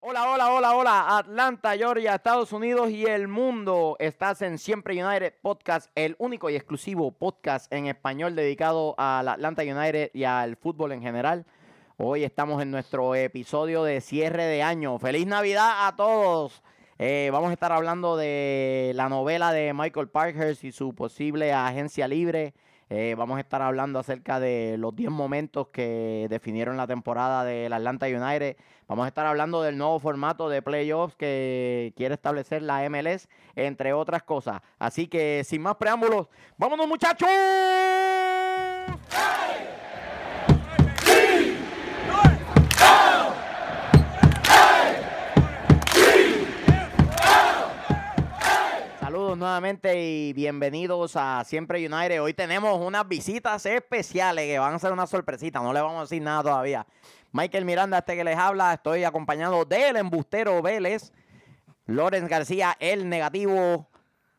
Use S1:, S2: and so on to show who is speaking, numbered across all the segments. S1: Hola, hola, hola, hola, Atlanta, Georgia, Estados Unidos y el mundo. Estás en Siempre United Podcast, el único y exclusivo podcast en español dedicado al Atlanta United y al fútbol en general. Hoy estamos en nuestro episodio de cierre de año. ¡Feliz Navidad a todos! Eh, vamos a estar hablando de la novela de Michael Parkhurst y su posible agencia libre. Eh, vamos a estar hablando acerca de los 10 momentos que definieron la temporada del Atlanta United. Vamos a estar hablando del nuevo formato de playoffs que quiere establecer la MLS, entre otras cosas. Así que sin más preámbulos, vámonos muchachos. Saludos nuevamente y bienvenidos a Siempre United. Hoy tenemos unas visitas especiales que van a ser una sorpresita, no le vamos a decir nada todavía. Michael Miranda, este que les habla, estoy acompañado del embustero Vélez, Lorenz García, el negativo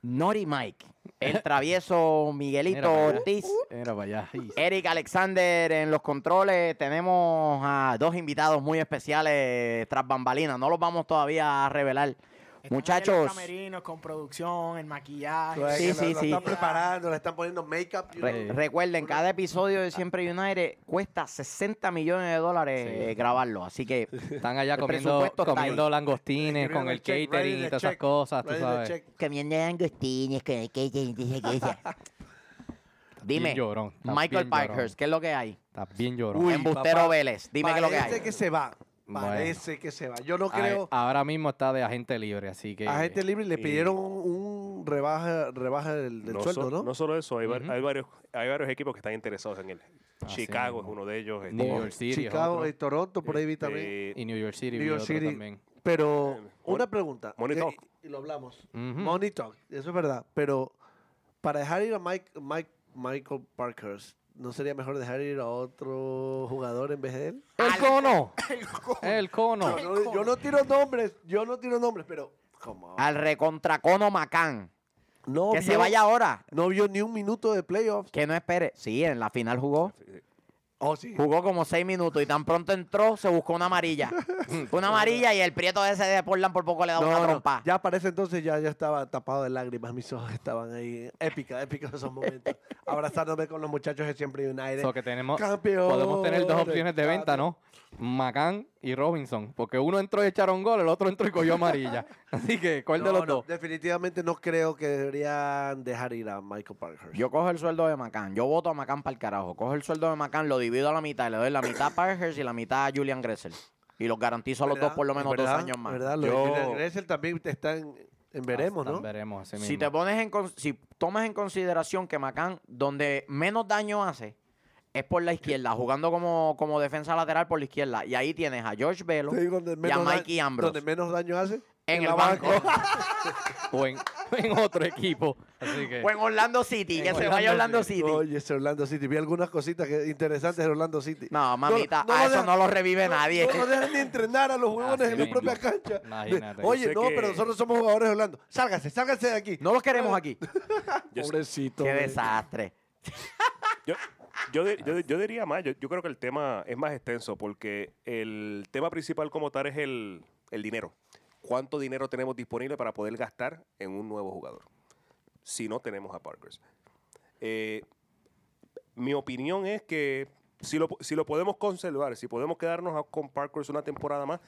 S1: Nori Mike, el travieso Miguelito
S2: Mira, mira.
S1: Ortiz.
S2: Era para allá. Ay,
S1: Eric Alexander en los controles. Tenemos a dos invitados muy especiales tras bambalinas. No los vamos todavía a revelar.
S3: Están en
S1: Muchachos,
S3: Los camerinos con producción, el maquillaje.
S1: Sí,
S4: Sí,
S1: sí,
S4: sí,
S1: sí.
S4: Están preparando, le Pues están poniendo make-up. you
S1: re-
S4: know.
S1: recuerden, cada episodio de Siempre United cuesta 60 millones de dólares
S2: Sí.
S1: eh, grabarlo. Así que
S2: Están allá
S1: El
S2: comiendo,
S1: presupuesto está
S2: comiendo
S1: ahí.
S2: langostines con
S4: Escribiendo
S2: el
S4: check, writing
S2: catering y
S4: the
S2: todas esas
S4: check,
S2: cosas, tú
S4: writing the
S2: sabes.
S4: check.
S1: comiendo angostines con el que Dime,
S2: Bien llorón, estás
S1: Michael
S2: bien llorón.
S1: Parkhurst, ¿qué es lo que hay?
S2: Estás bien llorón.
S4: Uy,
S1: Embustero
S4: papá,
S1: Vélez, dime qué es lo que hay.
S4: Parece que se va.
S2: Bueno.
S4: Parece que se va. Yo no
S2: Ay,
S4: creo.
S2: ahora mismo está de agente libre, así que.
S4: a gente libre le
S5: y-
S4: pidieron un rebaja, rebaja del, del sueldo,
S5: so-
S4: ¿no?
S5: solo eso, hay, var-
S2: Ujú.
S5: hay varios, hay varios equipos que están interesados en él.
S2: Así
S5: Chicago es
S2: mismo.
S5: uno de ellos. este,
S2: New York City. es
S4: Chicago
S2: otro,
S4: y Toronto, por ahí vi
S5: este,
S4: también.
S2: y New York City.
S4: New
S2: vi
S4: York
S2: otro
S4: City.
S2: también.
S4: Pero
S5: eh,
S4: una pregunta.
S5: Money
S4: eh,
S5: talk.
S4: Y, lo hablamos.
S2: Ujú.
S4: Money Talk, eso es verdad. Pero para dejar ir a Mike, Mike, Michael Parkers, ¿no sería mejor dejar ir a otro jugador en vez de él?
S2: El cono. El cono.
S4: Yo, no, yo no tiro nombres, yo no tiro nombres, pero... Come on.
S1: Al recontracono Macán.
S4: No
S1: Ah, Que se
S4: vio-
S1: vaya ahora.
S4: No vio ni un minuto de playoffs.
S1: Que no espere. Sí, en la final jugó.
S4: Oh, sí.
S1: Jugó como seis minutos y tan pronto entró, se buscó una amarilla. una amarilla y el prieto ese de Portland por poco le da
S4: No,
S1: una
S4: no,
S1: trompa.
S4: ya parece entonces, ya, ya estaba tapado de lágrimas. Mis ojos estaban ahí. Épica, épicos esos momentos. Abrazándome con los muchachos de siempre United.
S2: So que tenemos,
S4: Campeón.
S2: podemos tener dos opciones de venta, ¿no? Macán y Robinson. Porque uno entró y echaron gol, el otro entró y cogió amarilla. Así que, ¿cuál de
S4: No,
S2: los
S4: no,
S2: dos?
S4: Definitivamente no creo que deberían dejar ir a Michael Parker.
S1: Yo cojo el sueldo de Macán. Yo voto a Macán para el carajo. Cojo el sueldo de Macán, lo divido a la mitad. Le doy la mitad a Parhurst y la mitad a Julian Gressel. Y los garantizo a los dos por lo menos dos años más.
S4: ¿Verdad? Lo
S5: Yo-
S4: de Julian Gressel también está en, en veremos,
S2: Hasta
S4: ¿no?
S2: Veremos, así
S1: Si
S2: mismo.
S1: te pones en con- si tomas en consideración que Macán, donde menos daño hace, es por la izquierda, jugando como, como defensa lateral por la izquierda. Y ahí tienes a George Velo
S4: Te digo, donde
S1: y a
S4: menos da-
S1: Mikey Ambrose.
S4: Donde menos daño hace.
S1: en el
S4: la
S1: banco.
S2: o en, en otro equipo. Así que.
S1: o en Orlando City, que
S2: En
S1: se vaya
S2: Orlando
S1: Orlando City.
S4: Oye, ese Orlando City. Vi algunas cositas que, interesantes de Orlando City.
S1: No, mamita,
S4: No, no
S1: a
S4: lo
S1: eso
S4: dejan-
S1: no lo revive nadie.
S4: No, no dejan ni entrenar a los huevones
S2: Así
S4: en la
S2: mismo.
S4: propia cancha.
S2: Imagínate.
S4: Oye,
S5: Yo sé
S4: no,
S5: que-
S4: pero nosotros somos jugadores de Orlando. Sálgase, sálgase de aquí.
S1: No los queremos aquí.
S5: yo-
S4: Pobrecito.
S1: Qué
S4: güey.
S1: desastre.
S5: Yo, yo, di- yo di- yo diría más, yo, yo creo que el tema es más extenso porque el tema principal como tal es el, el dinero. ¿Cuánto dinero tenemos disponible para poder gastar en un nuevo jugador? Si no tenemos a Parkers. Eh, mi opinión es que si lo, si lo podemos conservar, si podemos quedarnos a- con Parkers una temporada más,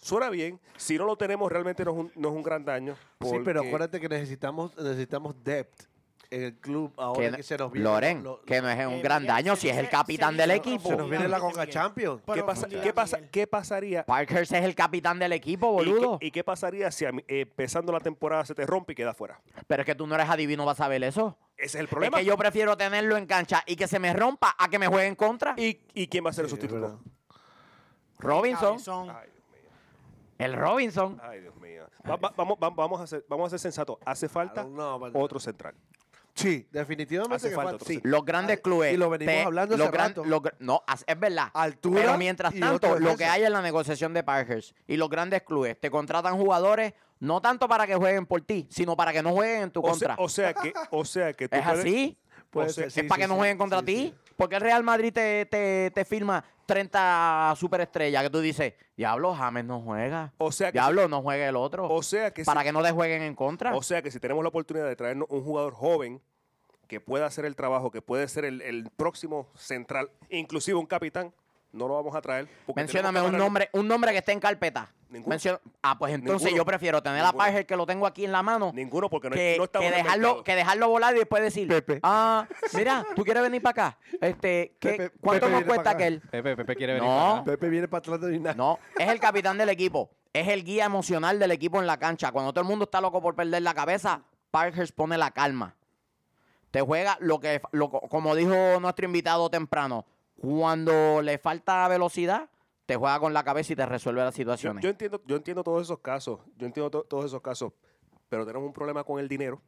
S5: suena bien. Si no lo tenemos, realmente no es un, no es un gran daño.
S4: Sí, pero
S5: porque-
S4: acuérdate que necesitamos, necesitamos depth en el club ahora
S1: Que
S4: que,
S1: no-
S4: se nos viene.
S1: Loren,
S4: lo-
S1: que no es un
S3: Eh,
S1: gran
S3: mira,
S1: daño
S3: se
S1: si es el
S3: dice-
S1: capitán
S3: se
S1: del
S3: dice-
S1: equipo.
S4: se nos viene la
S3: Miguel.
S4: Conca Champions.
S5: ¿Qué,
S3: Pero
S5: pasa-
S3: mira,
S5: qué pasa-
S3: Miguel,
S5: ¿Qué pasaría
S1: Parkers es el capitán del equipo,
S5: ¿Y qué-
S1: boludo.
S5: ¿Y qué, pasaría si a mi- eh, empezando la temporada se te rompe y queda fuera?
S1: Pero es que tú no eres adivino, vas a ver eso.
S5: Ese es el
S1: Es
S5: problema.
S1: que yo prefiero tenerlo en cancha y que se me rompa a que me juegue en contra.
S5: ¿Y, y quién va a ser el
S4: Sí, es
S5: sustituto?
S4: verdad.
S1: Robinson,
S3: Cabezón.
S5: Ay, Dios mío.
S1: el Robinson.
S5: Ay, Dios mío. Va- va- vamos, va- vamos, a ser, vamos a ser sensatos. Hace falta
S4: I don't know, but-
S5: otro central.
S4: Sí, definitivamente
S5: Hace
S4: que
S5: falta
S4: falta.
S5: otro
S4: sí.
S5: centro.
S1: Los grandes
S4: Ah,
S1: clubes.
S4: y lo venimos hablando
S1: los
S4: hace
S1: gran-
S4: rato.
S1: los gr- no, as- es verdad.
S4: Altura
S1: Pero mientras
S4: y
S1: tanto,
S4: otro
S1: lo que
S4: defensa.
S1: hay es la negociación de Parkers y los grandes clubes te contratan jugadores no tanto para que jueguen por ti, sino para que no jueguen en tu
S5: O
S1: contra.
S5: sea, o sea que, o sea que tú
S1: ¿Es
S5: puedes-
S1: así?
S5: o
S4: Puede
S5: sea-
S4: ser, sí,
S1: ¿Es para
S4: sí,
S1: que no
S4: sí,
S1: jueguen contra
S4: sí,
S1: ti?
S4: sí.
S1: ¿Por qué el Real Madrid te, te, te firma 30 superestrellas que tú dices, diablo, James no juega?
S5: O sea que,
S1: Diablo, no juega el otro.
S5: o sea que
S1: para
S5: si,
S1: que no le jueguen en contra.
S5: o sea que si tenemos la oportunidad de traernos un jugador joven que pueda hacer el trabajo, que puede ser el, el próximo central, inclusive un capitán, no lo vamos a traer. porque
S1: Mencióname
S5: tenemos que
S1: un
S5: parar-
S1: nombre, un nombre que esté en carpeta.
S5: Ninguno.
S1: Mencio- ah, pues entonces
S5: Ninguno.
S1: yo prefiero tener
S5: Ninguno.
S1: a Pajer que lo tengo aquí en la mano.
S5: Ninguno porque no,
S1: que,
S5: no estamos
S1: que
S5: en el
S1: dejarlo,
S5: mercado.
S1: que dejarlo volar y después decir,
S4: Pepe.
S1: ah, mira, tú quieres venir para acá. Este, ¿qué-
S4: Pepe-
S1: ¿Cuánto nos
S4: Pepe viene
S1: cuesta
S4: para acá.
S1: aquel?
S2: Pepe, Pepe quiere venir.
S1: No.
S2: para acá.
S4: Pepe viene para atrás de Dinah.
S1: No, es el capitán del equipo. Es el guía emocional del equipo en la cancha. Cuando todo el mundo está loco por perder la cabeza, Parkers pone la calma. Te juega lo que, lo- como dijo nuestro invitado temprano, cuando le falta velocidad, te juega con la cabeza y te resuelve las
S5: Yo,
S1: situaciones.
S5: yo entiendo, yo entiendo todos esos casos, yo entiendo to- todos esos casos, pero tenemos un problema con el dinero,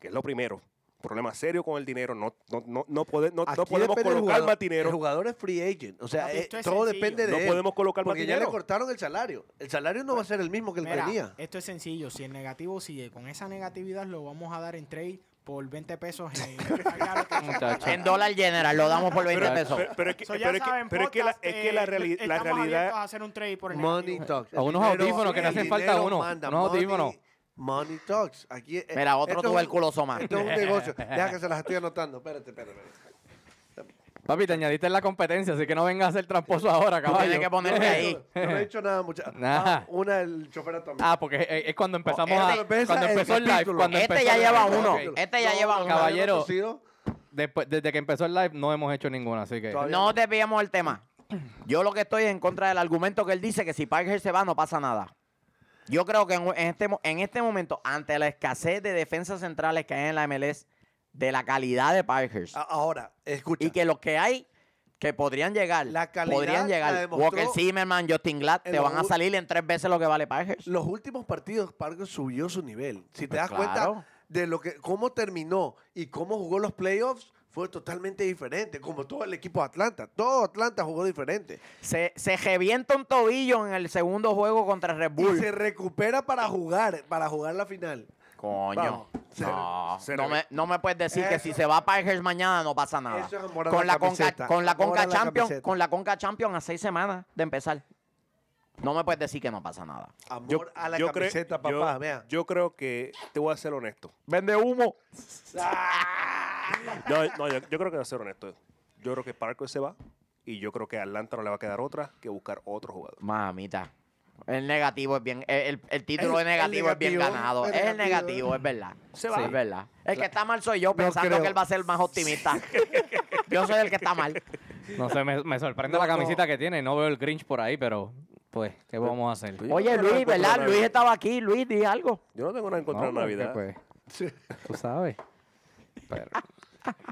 S5: que es lo primero. Problema serio con el dinero, no, no, no, no, pode- no, no
S4: Aquí
S5: podemos
S4: depende del
S5: colocar
S4: jugador.
S5: más
S4: El
S5: dinero.
S4: jugador es free agent. O sea,
S3: Papi,
S4: eh,
S3: esto es
S4: todo
S3: sencillo.
S4: depende de
S5: No
S4: él.
S5: podemos colocar más
S4: Porque ya le
S5: dinero.
S4: cortaron el salario. El salario no va a ser el mismo que él
S3: Mira,
S4: tenía.
S3: esto es sencillo. Si el negativo sigue, con esa negatividad lo vamos a dar en trade por 20 pesos en
S2: Muchacho.
S1: En dólar general lo damos por 20
S5: Pero,
S1: pesos.
S5: pero- pero es que,
S3: So, ya
S5: pero es que-
S3: saben,
S5: pero es que la,
S3: podcast,
S5: es que la,
S3: eh,
S5: reali- la
S3: estamos abiertos
S5: realidad...
S3: a hacer un trade por el
S4: Money
S3: negativo.
S4: talks.
S2: O unos audífonos que le hacen falta a uno. Unos audífonos.
S4: Money, money talks. Aquí, eh,
S1: Mira, otro
S4: esto es
S1: tuvo
S4: un-
S1: el culo soma.
S4: Esto es un negocio. Deja que se las estoy anotando. Espérate, espérate. espérate.
S2: Papi, te añadiste en la competencia, así que no vengas a ser tramposo ahora,
S1: Tú
S2: caballo.
S1: tienes que
S4: Yo
S1: ponerte
S4: no he
S1: ahí.
S4: hecho- Yo no he hecho nada, muchachos.
S2: Nah.
S4: una, el chofer atómico.
S2: Ah, porque es, es cuando empezamos
S1: este-
S2: a- cuando
S4: el
S2: empezó el live,
S4: capítulo.
S2: cuando
S1: Este
S2: empezó
S1: ya
S2: el
S1: lleva
S2: live.
S1: uno.
S2: Ok.
S1: Este ya lleva uno.
S2: Caballero.
S4: tosido.
S2: Después, desde que empezó el live no hemos hecho ninguno, así que
S4: Todavía
S1: No desviemos el tema. Yo lo que estoy es en contra del argumento que él dice que si Parker se va no pasa nada. Yo creo que en, en este, mo- en este momento, ante la escasez de defensas centrales que hay en la MLS, de la calidad de Parker
S4: A- Ahora, Ah, escucha.
S1: y que los que hay que podrían llegar,
S4: La calidad
S1: podrían llegar,
S4: la demostró
S1: Walker Zimmerman, Justin Glad,
S4: en
S1: te
S4: los
S1: van a
S4: u-
S1: salir en tres veces lo que vale Parker.
S4: los últimos partidos, Parker subió su nivel. Si
S2: Pues
S4: te das
S1: claro.
S4: cuenta de lo que cómo terminó y cómo jugó los playoffs, fue totalmente diferente. Como todo el equipo de Atlanta. Todo Atlanta jugó diferente.
S1: Se, se revienta un tobillo en el segundo juego contra Red
S4: Y
S1: Bull.
S4: se recupera para jugar, para jugar la final.
S1: Coño.
S4: Vamos,
S1: No,
S5: se
S1: no
S5: revi-
S1: me, no me puedes decir que si
S4: Eso-
S1: se va para Parkers mañana no pasa nada.
S4: Eso es amor a
S1: con
S4: la
S1: la, conca,
S4: camiseta,
S1: con la
S4: amor
S1: Conca
S4: a la
S1: Champions,
S4: camiseta.
S1: con la Conca Champions a seis semanas de empezar. No me puedes decir que no pasa nada.
S4: Amor
S5: Yo,
S4: a la
S5: yo creo-
S4: camiseta,
S5: yo-
S4: papá. Vea.
S5: yo creo que, te voy a ser honesto.
S1: Vende humo.
S5: No, no, yo, yo creo que voy a ser honesto. Yo creo que Parker se va y yo creo que a Atlanta no le va a quedar otra que buscar otro jugador.
S1: Mamita. El negativo es bien. El, el- el título
S4: El-
S1: de negativo,
S4: el
S1: es bien
S4: negativo,
S1: ganado.
S4: el
S1: es el negativo,
S4: negativo. eh.
S1: es verdad.
S5: Se va.
S1: Sí, es verdad. El que está mal soy yo,
S4: No
S1: pensando
S4: creo.
S1: que él va a ser más optimista. yo soy el que está mal.
S2: no sé, me, me sorprende
S4: No,
S2: la camiseta
S4: no.
S2: que tiene. No veo el Grinch por ahí, pero pues, ¿qué vamos a hacer?
S5: Yo no
S1: Oye,
S5: tengo nada en
S1: Luis,
S5: contra de
S1: ¿verdad?
S5: Navidad.
S1: Luis estaba aquí. Luis, di algo.
S5: Yo no tengo nada en
S2: No,
S5: contra de
S2: porque,
S5: Navidad.
S2: pues,
S4: Sí.
S2: tú sabes. Pero,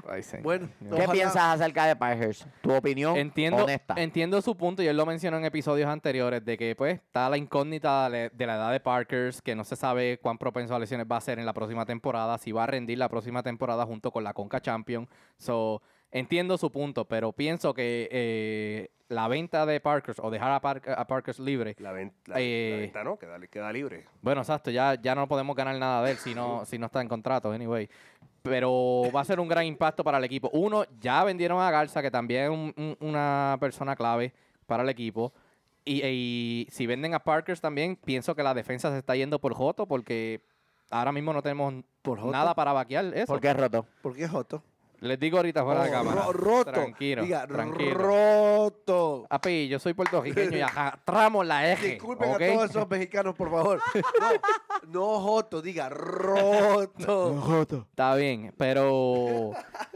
S2: ay, señor.
S4: Bueno,
S1: ¿Qué
S4: Ojalá.
S1: piensas acerca de Parkers? Tu opinión
S2: Entiendo,
S1: honesta.
S2: entiendo su punto y él lo mencionó en episodios anteriores de que pues está la incógnita de de la edad de Parkers, que no se sabe cuán propenso a lesiones va a ser en la próxima temporada, si va a rendir la próxima temporada junto con la Conca Champion. So, entiendo su punto, pero pienso que eh, la venta de Parkers o dejar a, Park- a Parkers libre,
S5: La, ven- la- la
S2: Eh,
S5: venta no, queda, li- queda libre.
S2: bueno, exacto, ya, ya no podemos ganar nada de él si no, si no está en contrato, anyway. Pero va a ser un gran impacto para el equipo. Uno, ya vendieron a Garza, que también es un- un- una persona clave para el equipo. Y, y si venden a Parkers también, pienso que la defensa se está yendo por Joto, porque ahora mismo no tenemos
S4: ¿Por Joto?
S2: nada para vaquear eso.
S1: ¿Por qué roto?
S4: ¿Por qué Joto?
S2: Les digo ahorita fuera de
S4: Oh,
S2: cámara.
S4: ro- roto.
S2: Tranquilo,
S4: Diga,
S2: tranquilo.
S4: roto.
S2: Api, yo soy puertorriqueño y atramos la eje.
S4: Disculpen
S2: ¿ok?
S4: a todos esos mexicanos, por favor. No, no Joto, diga roto.
S2: Está bien, pero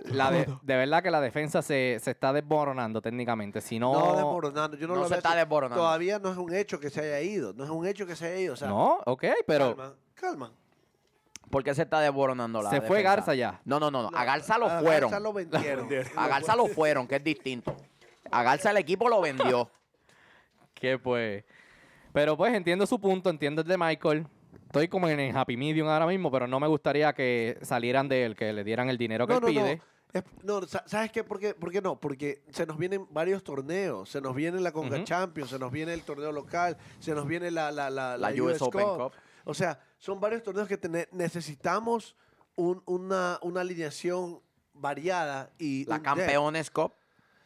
S2: la de, de verdad que la defensa se, se está desmoronando técnicamente. Si no,
S4: No, desmoronando. Yo no,
S1: No
S4: lo
S1: se
S4: veo
S1: está
S4: así.
S1: desmoronando.
S4: Todavía no es un hecho que se haya ido. No es un hecho que se haya ido. O sea,
S2: no, ok, pero
S4: calma, calma.
S1: ¿Por qué se está desboronando la
S2: se fue
S1: defensa?
S2: Garza ya.
S1: No, no, no. no. A Garza lo
S4: A
S1: fueron.
S4: Garza lo vendieron.
S1: A Garza lo fueron, que es distinto. A Garza el equipo lo vendió.
S2: Que pues. Pero pues entiendo su punto, entiendo el de Michael. Estoy como en el happy medium ahora mismo, pero no me gustaría que salieran de él, que le dieran el dinero que
S4: no,
S2: él
S4: no,
S2: pide.
S4: no. Es- no, sa- ¿sabes qué? ¿Por, qué? ¿Por qué no? Porque se nos vienen varios torneos. Se nos viene la Conca
S2: Ujú.
S4: Champions, se nos viene el torneo local, se nos viene la, la, la,
S1: La US Open Cup.
S4: O sea, son varios torneos que tene- necesitamos un- una, una alineación variada y
S1: La
S4: un depth.
S1: Campeones Cup.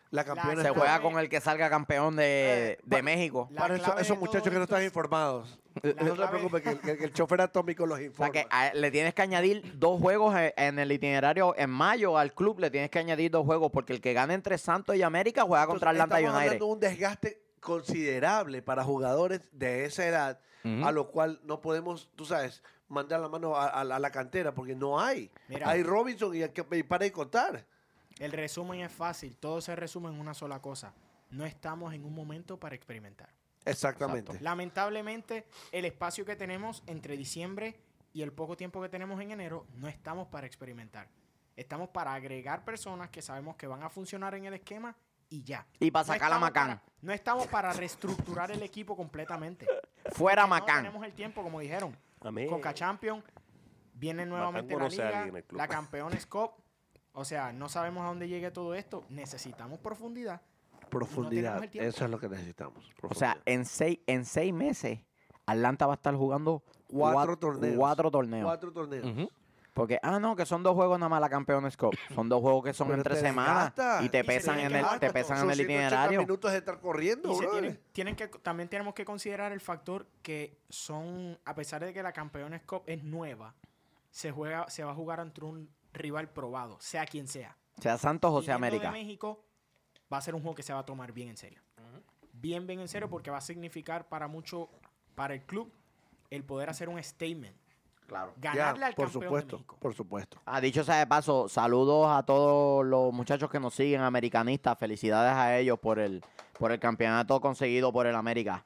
S4: La campeona
S1: Se
S3: Claro.
S1: juega con el que salga campeón de,
S4: Eh,
S1: de
S4: pa-
S1: México.
S3: La
S4: Para eso-
S3: clave
S4: esos
S3: de
S4: muchachos
S3: todo
S4: que no
S3: esto
S4: están
S3: es-
S4: informados. Eh, no se
S3: clave-
S4: preocupen, que, el- que el- que el chofer atómico los
S1: O sea
S4: informa.
S1: que a- le tienes que añadir dos juegos eh, en el itinerario en mayo al club, le tienes que añadir dos juegos porque el que gane entre Santos y América juega contra
S4: Entonces,
S1: Atlanta
S4: estamos
S1: United.
S4: hablando de un desgaste considerable para jugadores de esa edad,
S2: Ujú.
S4: a lo cual no podemos, tú sabes, mandar la mano a, a- a la cantera porque no hay.
S3: Mira.
S4: Hay Robinson y, hay que- y para de contar.
S3: El resumen es fácil, todo se resume en una sola cosa. No estamos en un momento para experimentar.
S4: Exactamente.
S1: Este.
S3: Lamentablemente, el espacio que tenemos entre diciembre y el poco tiempo que tenemos en enero, no estamos para experimentar. Estamos para agregar personas que sabemos que van a funcionar en el esquema y ya.
S1: Y para
S3: No
S1: sacar a
S3: estamos
S1: Macán.
S3: para- no estamos para reestructurar el equipo completamente.
S1: Fuera
S3: No
S1: Macán.
S3: tenemos el tiempo, como dijeron.
S5: Amén.
S3: Conca Champion, viene nuevamente la
S5: conoce a
S3: liga,
S5: alguien en el club.
S3: la Campeones Cup. O sea, no sabemos a dónde llegue todo esto. Necesitamos profundidad.
S4: Profundidad.
S3: el tiempo.
S4: eso es lo que necesitamos.
S1: O sea,
S4: profundidad.
S1: en seis, en seis meses, Atlanta va a estar jugando
S4: Cuatro
S1: cuatro
S4: torneos.
S1: Cuatro torneos.
S4: cuatro torneos.
S2: Ujú.
S1: Porque, ah, no, que son dos juegos nada más la Campeones Cup. Son dos juegos que son
S4: Pero
S1: entre
S4: te
S1: semanas
S4: desgasta,
S1: y te
S4: y se
S1: pesan en el, te
S4: desgasta,
S1: pesan
S4: son
S1: en el
S4: 180
S1: itinerario.
S4: minutos de estar corriendo,
S3: Y se
S4: brother.
S3: tienen, tienen que, también tenemos que considerar el factor que son, a pesar de que la Campeones Cup es nueva, se, juega, se va a jugar ante un rival probado, sea quien sea.
S1: Sea Santos o
S3: Y
S1: sea
S3: yendo de
S1: América.
S3: México va a ser un juego que se va a tomar bien en serio. Bien, bien en serio porque va a significar para mucho, para el club, el poder hacer un statement.
S1: Claro.
S3: Ganarle
S4: Ya,
S3: al
S4: por
S3: campeón de
S4: supuesto,
S3: México.
S4: por supuesto.
S1: Ah, dicho sea de paso, saludos a todos los muchachos que nos siguen, americanistas. Felicidades a ellos por el, por el campeonato conseguido por el América.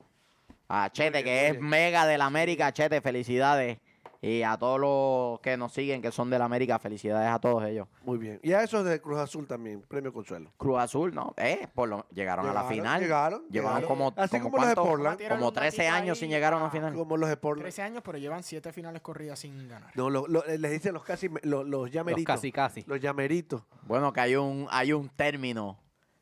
S1: A Chete,
S4: bien,
S1: que
S4: muy
S1: es
S4: bien.
S1: mega del América, Chete, felicidades. Y a todos los que nos siguen, que son del América, felicidades a todos ellos.
S4: Muy bien. Y a esos de Cruz Azul también, premio Consuelo.
S1: Cruz Azul, ¿no? Eh, por lo- llegaron, a la
S4: Llegaron,
S1: final.
S4: llegaron,
S1: Llevaban
S4: llegaron.
S1: como,
S4: Así
S1: como,
S4: como los de
S1: cuánto,
S4: Portland.
S3: Tiraron
S1: como
S3: un
S1: 13
S3: datito
S1: años
S3: ahí
S1: sin llegar a una
S3: a-
S1: final.
S4: Como los de Portland.
S3: 13 años, pero llevan 7 finales corridas sin ganar.
S4: No, lo- lo- les dicen los casi los, los
S2: Los
S4: llameritos.
S2: casi casi.
S4: Los llameritos.
S1: Bueno, que hay un, hay un término.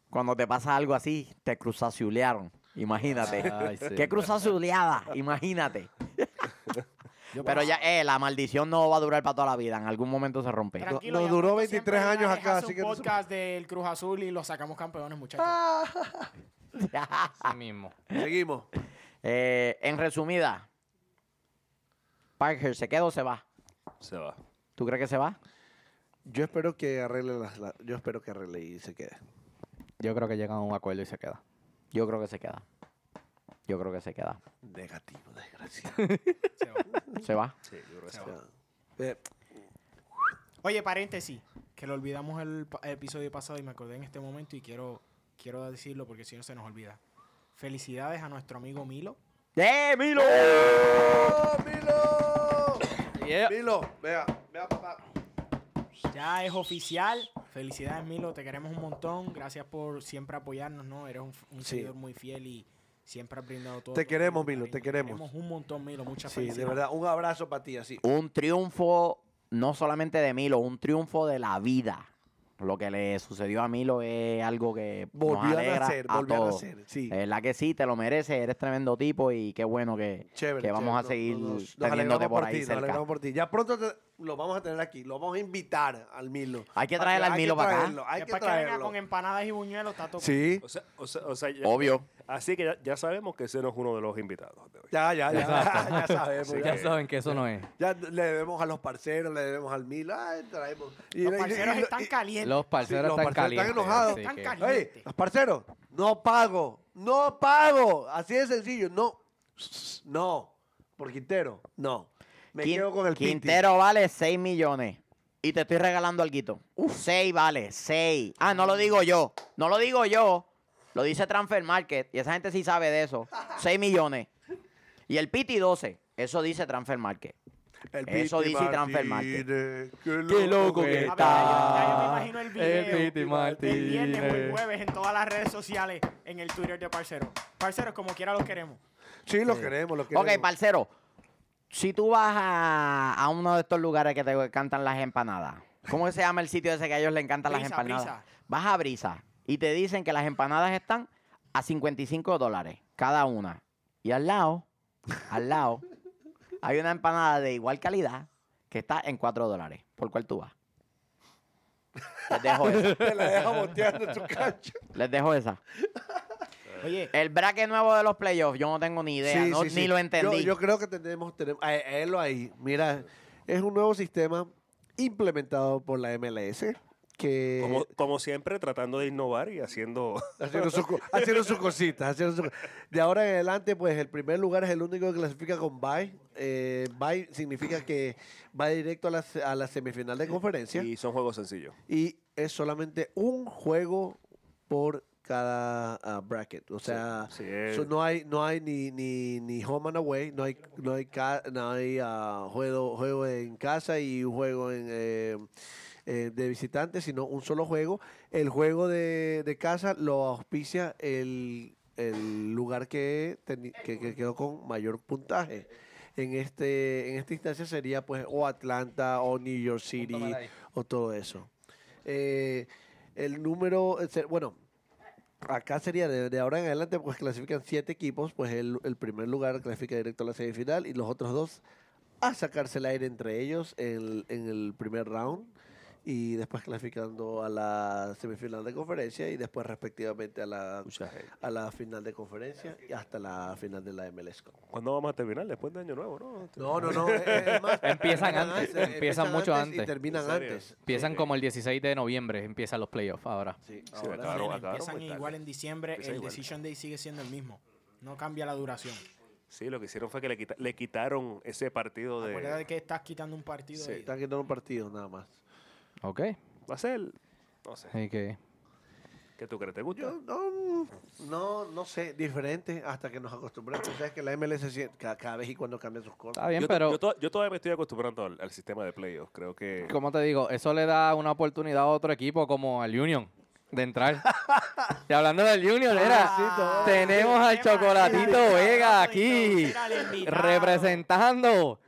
S1: Cuando te pasa algo así, te cruzazulearon. Imagínate.
S2: Ay, sí.
S1: Qué cruzazuleada, imagínate. Pero ya, eh, la maldición no va a durar para toda la vida. En algún momento se rompe.
S3: Tranquilo,
S4: nos
S3: ya
S4: duró
S3: pronto
S4: 23
S3: siempre
S4: años
S3: Hernández
S4: acá,
S3: hace
S4: así
S3: un
S4: que no se-
S3: podcast del Cruz Azul y lo sacamos campeones, muchachos.
S4: Ah.
S2: Así mismo.
S4: Seguimos.
S1: Eh, en resumida, Parker, ¿se queda o se va?
S5: Se va.
S1: ¿Tú crees que se va?
S4: Yo espero que arregle las, la- yo espero que arregle y se quede.
S2: Yo creo que llegan a un acuerdo y se queda.
S1: Yo creo que se queda. Yo creo que se queda.
S4: Negativo, desgracia.
S3: Se va.
S1: ¿Se va?
S5: Sí, yo creo que
S3: Se
S5: sí.
S3: va.
S4: Eh,
S3: Oye, paréntesis, que lo olvidamos el, pa- episodio pasado y me acordé en este momento y quiero, quiero decirlo porque si no se nos olvida. Felicidades a nuestro amigo Milo.
S1: ¡Eh, Milo!
S4: ¡Oh, Milo! Milo, vea, vea papá.
S3: Ya es oficial. Felicidades, Milo. Te queremos un montón. Gracias por siempre apoyarnos, ¿no? Eres un, f- un
S4: Sí.
S3: seguidor muy fiel y siempre has brindado todo.
S4: Te
S3: tu
S4: queremos,
S3: apoyo,
S4: Milo, te
S3: cariño.
S4: queremos.
S3: Te queremos un montón, Milo. Muchas
S4: Sí,
S3: felicidades.
S4: de verdad, un abrazo para ti, así.
S1: Un triunfo, no solamente de Milo, un triunfo de la vida. Lo que le sucedió a Milo es algo que nos
S4: Volvió a
S1: alegra
S4: nacer,
S1: a
S4: volvió a
S1: todos.
S4: nacer. Sí.
S1: Eh, la que sí, te lo mereces, eres tremendo tipo y qué bueno que,
S4: Chévere.
S1: que vamos
S4: chévere.
S1: a seguir
S4: Nos- nos- nos
S1: teniéndote
S4: alegramos
S1: por ahí
S4: ti, Nos
S1: cerca.
S4: alegramos por ti. Ya pronto te- lo vamos a tener aquí. Lo vamos a invitar al Milo.
S1: Hay que
S4: Pa-
S1: traer al Milo
S4: que
S1: para acá.
S4: traerlo, Hay que
S3: Después Eh, que venga
S4: traerlo.
S3: con empanadas y buñuelos, está todo.
S4: Sí.
S5: O sea, o sea- o sea, ya-
S1: Obvio.
S5: Así que ya, ya sabemos que ese no es uno de los invitados de hoy.
S4: Ya, ya, ya. ya sabemos.
S5: Sí,
S4: ya,
S2: Ya saben que eso no es.
S4: ya le debemos a los parceros, le debemos al Milo. Ay, traemos. Y-
S3: Los
S4: y- y-
S3: parceros
S4: y-
S3: están
S4: y-
S3: calientes.
S2: Los parceros
S4: los
S2: están
S4: parceros están
S2: calientes.
S4: enojados.
S2: así
S3: Están
S2: que-
S3: calientes.
S4: Oye, los parceros, no pago, no pago. Así de sencillo, no. No. Por Quintero, no. Me
S1: Quin-
S4: quedo con el Pinti.
S1: Quintero vale 6 millones. Y te estoy regalando algo. 6 vale, 6. Ah, no lo digo yo. No lo digo yo. Lo dice Transfer Market. Y esa gente sí sabe de eso. 6 millones. Y el Piti 12. Eso dice Transfer Market.
S4: El
S1: Eso
S4: Pinti
S1: dice Transfer
S4: Martínez, Qué loco,
S2: loco que
S3: Papi,
S2: está.
S3: ya yo- ya yo me imagino el
S2: El
S3: video
S2: Piti Martínez.
S3: del viernes o el jueves en todas las redes sociales, en el Twitter de Parceros. Parceros, como quiera los queremos.
S4: Sí, lo queremos, lo queremos.
S1: Ok, parcero. Si tú vas a, a uno de estos lugares que te cantan las empanadas, ¿cómo se llama el sitio ese que a ellos les encantan las
S3: Brisa,
S1: empanadas?
S3: Brisa.
S1: Vas a Brisa y te dicen que las empanadas están a 55 dólares cada una. Y al lado, al lado, hay una empanada de igual calidad que está en 4 dólares. ¿Por cuál tú vas? Les dejo esa.
S4: Te la deja boteando en tu cancha.
S1: Les dejo esa.
S3: Oye,
S1: El bracket nuevo de los playoffs, yo no tengo ni idea,
S4: Sí,
S1: no-
S4: sí, sí.
S1: ni lo
S4: Yo-
S1: entendí.
S4: Yo, creo que tenemos, tenemos a, a él o ahí. Mira, es un nuevo sistema implementado por la MLS que
S5: Como, como siempre, tratando de innovar y haciendo.
S4: haciendo sus co- haciendo sus cositas, haciendo sus co- de ahora en adelante pues el primer lugar es el único que clasifica con bye. Eh, bye significa que va directo a la, se- a la semifinal de conferencia
S5: Y son juegos sencillos.
S4: y es solamente un juego por cada ah, bracket, o sea,
S5: Sí, es-
S4: So, no hay, no hay ni, ni, ni home and away, no hay, no hay, ca- no hay ah, juego, juego en casa y un juego en, eh, eh, de visitantes, sino un solo juego. El juego de, de casa lo auspicia el, el lugar que, teni- que, que quedó con mayor puntaje. En este en esta instancia sería pues o Atlanta o New York City
S2: para ahí.
S4: o todo eso. Eh, el número, eh, se- bueno, Acá sería de, de ahora en adelante, pues clasifican siete equipos, pues el, el primer lugar clasifica directo a la semifinal y los otros dos a sacarse el aire entre ellos en, en el primer round y después clasificando a la semifinal de conferencia y después respectivamente a la, a la final de conferencia y hasta la final de la MLS. Cup.
S5: ¿Cuándo vamos a terminar? Después de Año Nuevo, ¿no?
S4: No, no, no. es- es más,
S2: Empiezan
S4: terminan
S2: antes, empiezan mucho
S4: Y
S2: antes.
S4: terminan
S5: ¿En serio?
S4: antes.
S2: Empiezan
S5: Ok.
S2: como el 16 de noviembre, empiezan los playoffs ahora.
S4: Sí,
S5: Sí,
S4: ahora
S5: Ah, claro,
S4: sí.
S5: acabaron
S3: empiezan
S5: muy tarde.
S3: igual en diciembre,
S5: Empieza
S3: el
S5: igual.
S3: Decision Day sigue siendo el mismo. No cambia la duración.
S5: Sí, lo que hicieron fue que le, quita- le quitaron ese partido de.
S3: Acuérdate que estás quitando un partido
S5: Sí.
S3: de ida.
S4: Están quedando un partido nada más.
S2: Ok.
S5: Va a ser. No sé.
S2: Así que
S5: ¿Qué tú crees? ¿Te gusta?
S4: Yo no, no, no sé, diferente hasta que nos acostumbremos. O sea, que la MLS sie- ca- cada, vez y cuando cambia sus cosas.
S2: está bien,
S5: Yo to-
S2: pero
S5: yo, to- yo todavía me estoy acostumbrando al, al sistema de playoffs. Creo que.
S2: como te digo, eso le da una oportunidad a otro equipo como el Union de entrar. y hablando del Union, era,
S4: Ah, sí,
S2: tenemos al Chocolatito Vega aquí representando.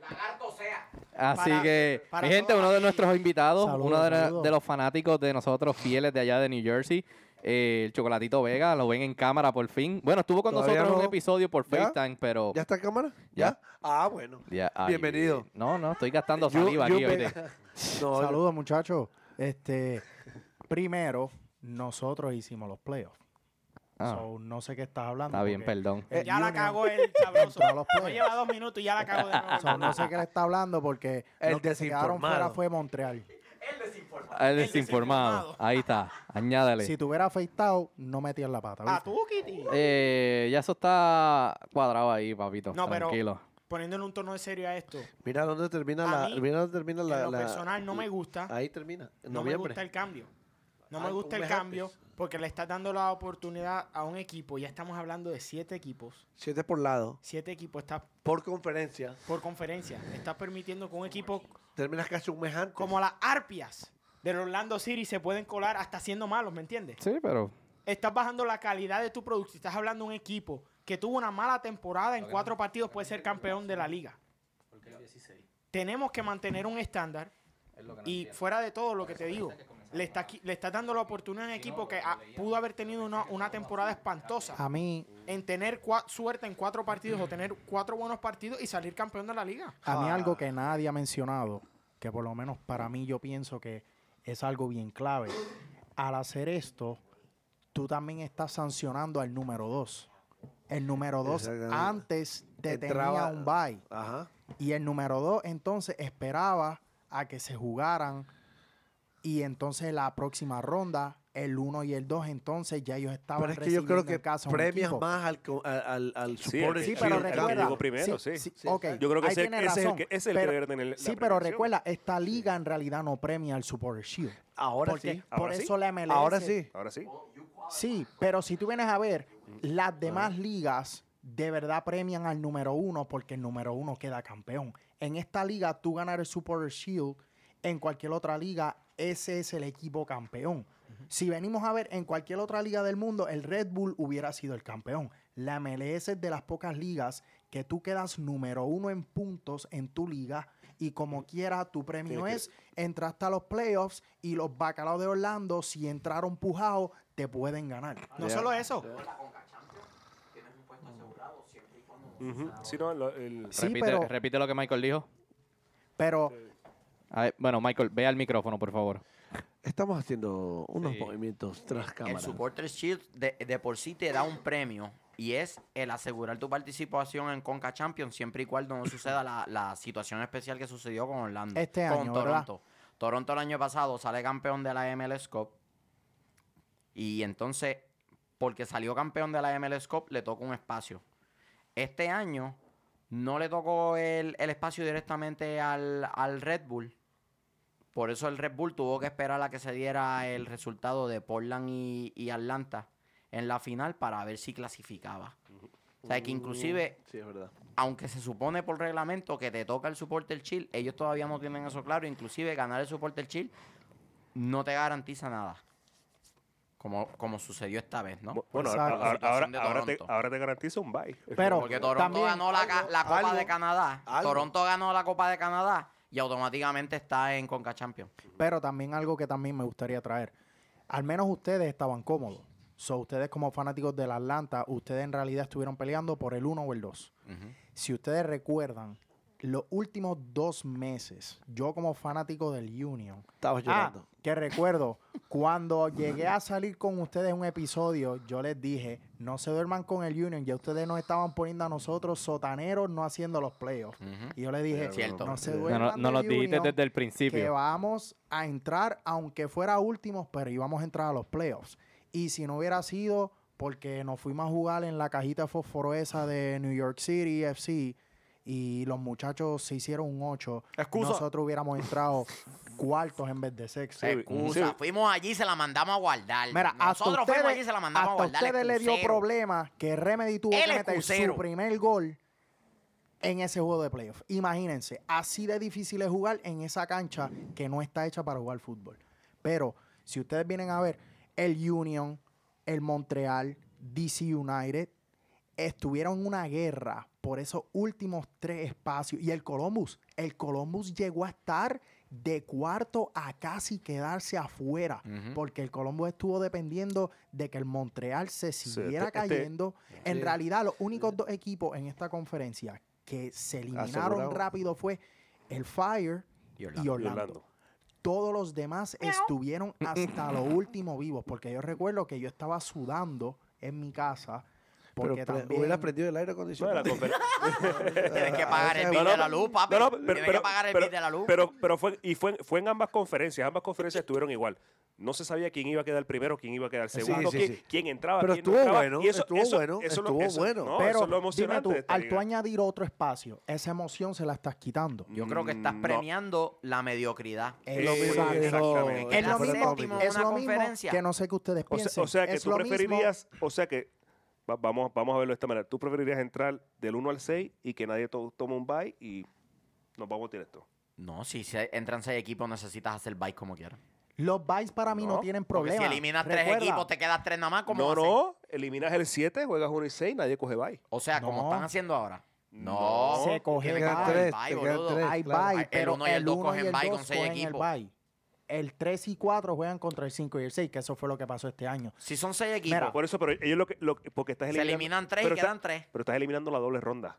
S2: Así
S3: Para-
S2: que,
S3: para
S2: mi gente,
S3: todos
S2: uno de
S3: aquí.
S2: nuestros invitados,
S3: Saludos,
S2: uno de,
S3: saludos.
S2: de los fanáticos de nosotros fieles de allá de New Jersey, eh, el Chocolatito Vega, lo ven en cámara por fin. Bueno, estuvo con
S4: Todavía
S2: nosotros en un
S4: no.
S2: episodio por
S4: ¿Ya?
S2: FaceTime, pero...
S4: ¿Ya está en cámara?
S2: Ya.
S4: Ah, bueno.
S2: Ya, ay,
S4: Bienvenido.
S2: No, no, estoy gastando
S6: Yo-
S2: saliva
S6: yo
S2: aquí,
S6: pe-
S2: oíste.
S4: No,
S6: Saludos, muchachos. Este, primero, nosotros hicimos los playoffs.
S2: Ah,
S6: So, no sé qué estás hablando.
S2: está bien,
S6: porque
S2: perdón.
S6: el
S3: Eh, Ya la
S6: Union-
S3: cagó el
S6: Eh, Entró a
S3: sabroso.
S6: los
S3: No
S6: playoffs.
S3: lleva dos minutos y ya la cagó de nuevo.
S6: So, no sé qué le está hablando porque
S4: El
S6: los que se quedaron
S4: desinformado.
S6: fuera fue Montreal.
S2: El desinformado. Ahí está, añádale.
S6: Si te hubiera afeitado, no metías la pata.
S3: Ah,
S6: ¿viste?
S3: tú, Kitty.
S2: Eh, ya eso está cuadrado ahí, papito.
S3: No, pero-
S2: tranquilo.
S3: Poniéndole un tono de serio a esto.
S4: Mira dónde termina
S3: A
S4: la.
S3: mí,
S4: mira dónde termina
S3: En
S4: la.
S3: lo
S4: la-
S3: personal no me gusta.
S4: Ahí termina. En
S3: No me
S4: noviembre.
S3: gusta el cambio. No
S4: Ah,
S3: me gusta el
S4: un mes antes.
S3: cambio porque le estás dando la oportunidad a un equipo. Ya estamos hablando de siete equipos.
S4: Siete por lado.
S3: Siete equipos estás
S4: Por conferencia.
S3: por conferencia. Estás permitiendo que un equipo
S4: Terminas casi un mes antes.
S3: como las arpias del Orlando City se pueden colar hasta siendo malos, ¿me entiendes?
S2: Sí, pero
S3: Estás bajando la calidad de tu producto. Estás hablando de un equipo que tuvo una mala temporada en cuatro partidos puede ser campeón de la liga. Tenemos que mantener un estándar y fuera de todo lo que te digo, le estás qui- le estás dando la oportunidad a un equipo que ah, pudo haber tenido una, una temporada espantosa
S6: A mí,
S3: en tener cua- suerte en cuatro partidos o tener cuatro buenos partidos y salir campeón de la liga.
S6: a mí
S4: Ah.
S6: algo que nadie ha mencionado, que por lo menos para mí yo pienso que es algo bien clave. Al hacer esto, tú también estás sancionando al número 2. El número 2
S4: Exactamente.
S6: antes te
S4: Entraba-
S6: tenía un bye.
S4: Ajá.
S6: Y el número 2 entonces esperaba a que se jugaran. Y entonces la próxima ronda, el 1 y el 2, entonces ya ellos
S3: Ah,
S6: estaban
S4: Pero es que yo creo
S6: recibiendo
S4: que
S6: en casa a un
S4: premias
S6: equipo.
S4: más al, co- al, al, al
S5: Sí,
S4: supporter
S5: el
S6: Sí,
S5: que-
S6: pero
S5: el que
S6: recuerda.
S5: llegó primero, sí.
S6: ok,
S5: Yo creo que
S6: ahí
S5: ese-
S6: tiene
S5: ese es el
S6: razón,
S5: que- ese es el que
S6: pero-
S5: debe tener la
S6: Sí, pero
S5: premiación.
S6: recuerda, esta liga en realidad no premia el Supporter Shield.
S4: Ahora
S6: porque
S4: sí.
S5: ahora
S6: por
S5: sí,
S6: eso la MLS.
S4: Ahora sí.
S5: Ahora sí.
S6: Sí, pero si tú vienes a ver, las demás ligas de verdad premian al número uno porque el número uno queda campeón. En esta liga, tú ganar el Supporter Shield, en cualquier otra liga, ese es el equipo campeón. Si venimos a ver en cualquier otra liga del mundo, el Red Bull hubiera sido el campeón. La MLS es de las pocas ligas que tú quedas número uno en puntos en tu liga y como quiera tu premio es entrar hasta los playoffs y los bacalaos de Orlando, si entraron pujados, te pueden ganar.
S3: No
S4: Ah, Ya.
S3: solo eso,
S5: Ujú. Sí, no, lo- el-
S6: Sí,
S2: repite,
S6: pero-
S2: repite lo que Michael dijo.
S6: Pero
S2: A ver, bueno, Michael, ve al micrófono, por favor.
S4: Estamos haciendo unos
S2: Sí.
S4: movimientos tras
S1: El
S4: cámara.
S1: Supporters Shield de, de por sí te da un premio y es el asegurar tu participación en Conca Champions siempre y cuando no suceda la, la situación especial que sucedió con Orlando.
S6: Este
S1: con
S6: año, ¿verdad?
S1: Toronto. Toronto el año pasado sale campeón de la MLS Cup y entonces, porque salió campeón de la MLS Cup, le tocó un espacio. Este año no le tocó el, el espacio directamente al, al Red Bull. Por eso el Red Bull tuvo que esperar a que se diera el resultado de Portland y, y Atlanta en la final para ver si clasificaba. O sea, que inclusive,
S4: Mm, Sí, es verdad.
S1: aunque se supone por reglamento que te toca el Supporter Shield, ellos todavía no tienen eso claro. Inclusive ganar el Supporter Shield no te garantiza nada. Como, como sucedió esta vez, ¿no?
S5: Bu- Bueno,
S6: Exacto.
S5: ahora,
S1: La situación
S5: ahora,
S1: de
S5: ahora te,
S1: Toronto.
S5: ahora te garantizo un bye.
S6: Pero
S1: Porque Toronto
S6: también-
S1: ganó la, ca- la Copa
S4: algo,
S1: de Canadá.
S4: algo.
S1: Toronto ganó la Copa de Canadá y automáticamente está en Conca Champions.
S6: Pero también algo que también me gustaría traer. Al menos ustedes estaban cómodos. So, ustedes como fanáticos del Atlanta, ustedes en realidad estuvieron peleando por el 1 o el 2. Si ustedes recuerdan, los últimos dos meses, yo como fanático del Union,
S4: Estabas
S6: Ah,
S4: llorando.
S6: que recuerdo, cuando llegué a salir con ustedes un episodio, yo les dije, no se duerman con el Union, ya ustedes nos estaban poniendo a nosotros sotaneros no haciendo los playoffs. Y yo les dije,
S1: Es cierto.
S6: no se
S4: No, no-
S2: No,
S6: duerman
S2: no, no
S6: del
S2: lo dijiste
S6: Union,
S2: desde el
S6: que
S2: principio.
S6: vamos a entrar, aunque fuera últimos, pero íbamos a entrar a los playoffs. Y si no hubiera sido porque nos fuimos a jugar en la cajita fosforosa de New York City FC y los muchachos se hicieron un 8,
S5: Excusa.
S6: nosotros hubiéramos entrado cuartos en vez de sexto.
S5: Sí,
S1: Excusa,
S5: sí.
S1: fuimos allí, se la mandamos a guardar.
S6: Mira, hasta
S1: Nosotros
S6: ustedes,
S1: fuimos allí, se la mandamos a
S6: hasta
S1: guardar.
S6: ustedes le dio
S1: excusero.
S6: problema que Remedy tuvo
S1: El
S6: que meter
S1: excusero.
S6: su primer gol en ese juego de playoff. Imagínense, así de difícil es jugar en esa cancha que no está hecha para jugar fútbol. Pero si ustedes vienen a ver, el Union, el Montreal, DC United estuvieron en una guerra por esos últimos tres espacios. Y el Columbus, el Columbus llegó a estar de cuarto a casi quedarse afuera,
S1: Ujú.
S6: porque el Columbus estuvo dependiendo de que el Montreal se siguiera
S5: este- este-
S6: cayendo. en
S4: Sí.
S6: realidad, los únicos dos equipos en esta conferencia que se eliminaron
S4: Asegurado.
S6: rápido fue el Fire
S1: Y
S6: y
S1: Orlando. Y
S6: Orlando.
S5: Y Orlando.
S6: Todos los demás estuvieron hasta lo último vivos, porque yo recuerdo que yo estaba sudando en mi casa.
S4: Pero
S6: Porque
S4: pre-
S6: también
S4: hubieras prendido el aire
S5: No,
S4: acondicionado.
S5: la confer-
S1: Tienes que pagar el bill de la luz, papi.
S5: No, no,
S1: Tienes que pagar el
S5: pero-
S1: bill de la luz.
S5: Pero, pero fue, y fue, en- fue en ambas conferencias. Ambas conferencias estuvieron igual. No se sabía quién iba a quedar primero, quién iba a quedar
S4: Sí,
S5: segundo,
S4: sí,
S5: quién,
S4: sí.
S5: quién entraba.
S4: Pero
S5: quién no
S4: estuvo
S5: entraba.
S4: bueno,
S5: Y eso-
S4: estuvo
S5: eso-
S4: bueno,
S5: eso lo-
S4: estuvo
S5: eso-
S4: bueno.
S5: no,
S6: Pero
S5: eso es lo
S6: dime
S5: emocionante.
S6: tú,
S5: de esta
S6: al
S5: liga.
S6: tú añadir otro espacio, esa emoción se la estás quitando.
S1: Yo creo que estás
S5: mm, No.
S1: premiando la mediocridad.
S6: Es
S5: lo mismo que
S1: Es
S5: exactamente.
S1: que
S6: Es lo
S1: la
S6: mismo,
S1: séptima
S6: es
S1: una
S6: lo mismo
S1: conferencia.
S6: que no sé qué ustedes
S5: O
S6: piensen.
S5: sea, o sea que
S6: Es
S5: tú
S6: lo mismo-
S5: preferirías, o sea que va- vamos, vamos a verlo de esta manera. Tú preferirías entrar del 1 al 6 y que nadie to- tome un bye y nos vamos directo.
S1: No, si se entran seis equipos necesitas hacer bike como quieras.
S6: Los Vice para mí no,
S5: No,
S6: tienen
S1: Porque
S6: problema.
S1: si eliminas tres
S6: Recuerda,
S1: equipos, te quedas tres nada más. ¿cómo
S5: No,
S1: haces?
S5: no, eliminas el 7, juegas 1 y 6, nadie coge bye.
S1: O sea, como
S6: No.
S1: están haciendo ahora. No.
S6: Se coge
S1: Tienes que
S6: bye.
S1: coger el
S4: Tres,
S1: bye,
S4: te quedan
S1: boludo.
S4: tres.
S6: Hay
S4: claro.
S6: bye,
S1: El
S6: pero
S1: uno y el
S6: el
S1: dos
S6: 1
S1: cogen
S6: y el
S1: bye con
S6: 2
S1: seis
S6: cogen el
S1: equipos.
S6: bye. El 3 y 4 juegan contra el 5 y el 6, que eso fue lo que pasó este año.
S1: Si son seis equipos,
S6: Mira,
S5: Por eso, pero ellos lo que, lo que- porque estás
S1: se
S5: eliminando.
S1: eliminan tres y
S5: pero
S1: quedan
S5: está-
S1: tres.
S5: Pero estás eliminando la doble ronda.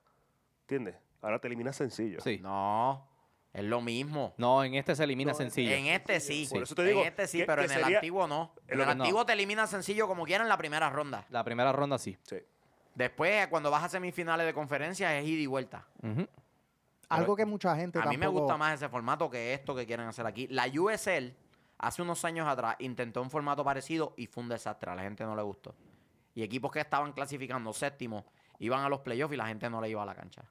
S5: ¿Entiendes? Ahora te eliminas sencillo.
S2: Sí.
S1: No, es lo mismo.
S2: No, en este se elimina sencillo.
S1: En este sí.
S5: Por eso te digo
S1: en este sí,
S5: que-
S1: pero
S5: que
S1: en el
S5: sería-
S1: antiguo no.
S5: es
S1: En
S5: lo
S1: el
S5: que-
S2: no.
S1: antiguo te elimina sencillo como quiera en la primera ronda.
S2: La primera ronda sí.
S5: Sí.
S1: Después, cuando vas a semifinales de conferencia, es ida y vuelta.
S2: Ujú.
S6: algo que mucha gente
S1: A mí me
S6: tampoco-
S1: gusta más ese formato que esto que quieren hacer aquí. La USL, hace unos años atrás, intentó un formato parecido y fue un desastre. A la gente no le gustó. Y equipos que estaban clasificando séptimo iban a los playoffs y la gente no le iba a la cancha.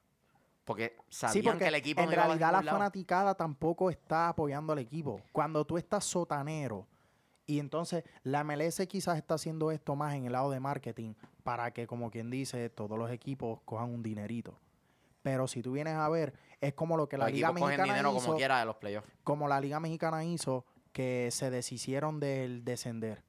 S1: Porque sabían
S6: Sí, porque
S1: que el equipo
S6: en
S1: no iba a
S6: realidad la
S1: ningún lado.
S6: fanaticada tampoco está apoyando al equipo. Cuando tú estás sotanero y entonces la MLS quizás está haciendo esto más en el lado de marketing para que, como quien dice, todos los equipos cojan un dinerito. Pero si tú vienes a ver, es como lo que la
S1: Los
S6: Liga
S1: equipos cogen
S6: Mexicana
S1: dinero
S6: hizo,
S1: como quiera de los playoffs.
S6: como la Liga Mexicana hizo, que se deshicieron del descender.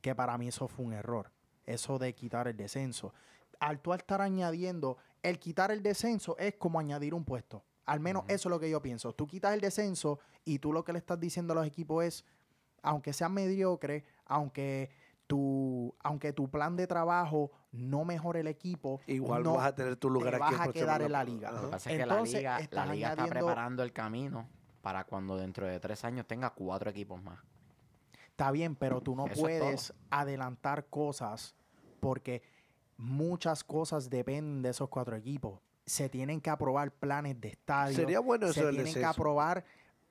S6: Que para mí eso fue un error. Eso de quitar el descenso. Al tú estar añadiendo, el quitar el descenso es como añadir un puesto. Al menos
S1: Ujú.
S6: eso es lo que yo pienso. Tú quitas el descenso y tú lo que le estás diciendo a los equipos es, aunque seas mediocre, aunque tu, aunque tu plan de trabajo no mejore el equipo,
S4: Igual
S6: no
S4: vas a tener tu lugar
S6: te
S4: aquí.
S6: vas
S4: el
S6: a
S4: próximo
S6: quedar en
S4: año.
S6: la liga.
S1: Lo que
S4: Ajá.
S1: pasa es
S6: Entonces,
S1: que la liga, la
S6: estás
S1: liga está
S6: añadiendo-
S1: preparando el camino para cuando dentro de tres años tenga cuatro equipos más.
S3: Está bien, pero tú no
S1: Eso es
S3: puedes adelantar cosas porque muchas cosas dependen de esos cuatro equipos. Se tienen que aprobar planes de estadio.
S4: Sería bueno
S3: se
S4: eso del
S3: tienen que
S4: descenso.
S3: aprobar.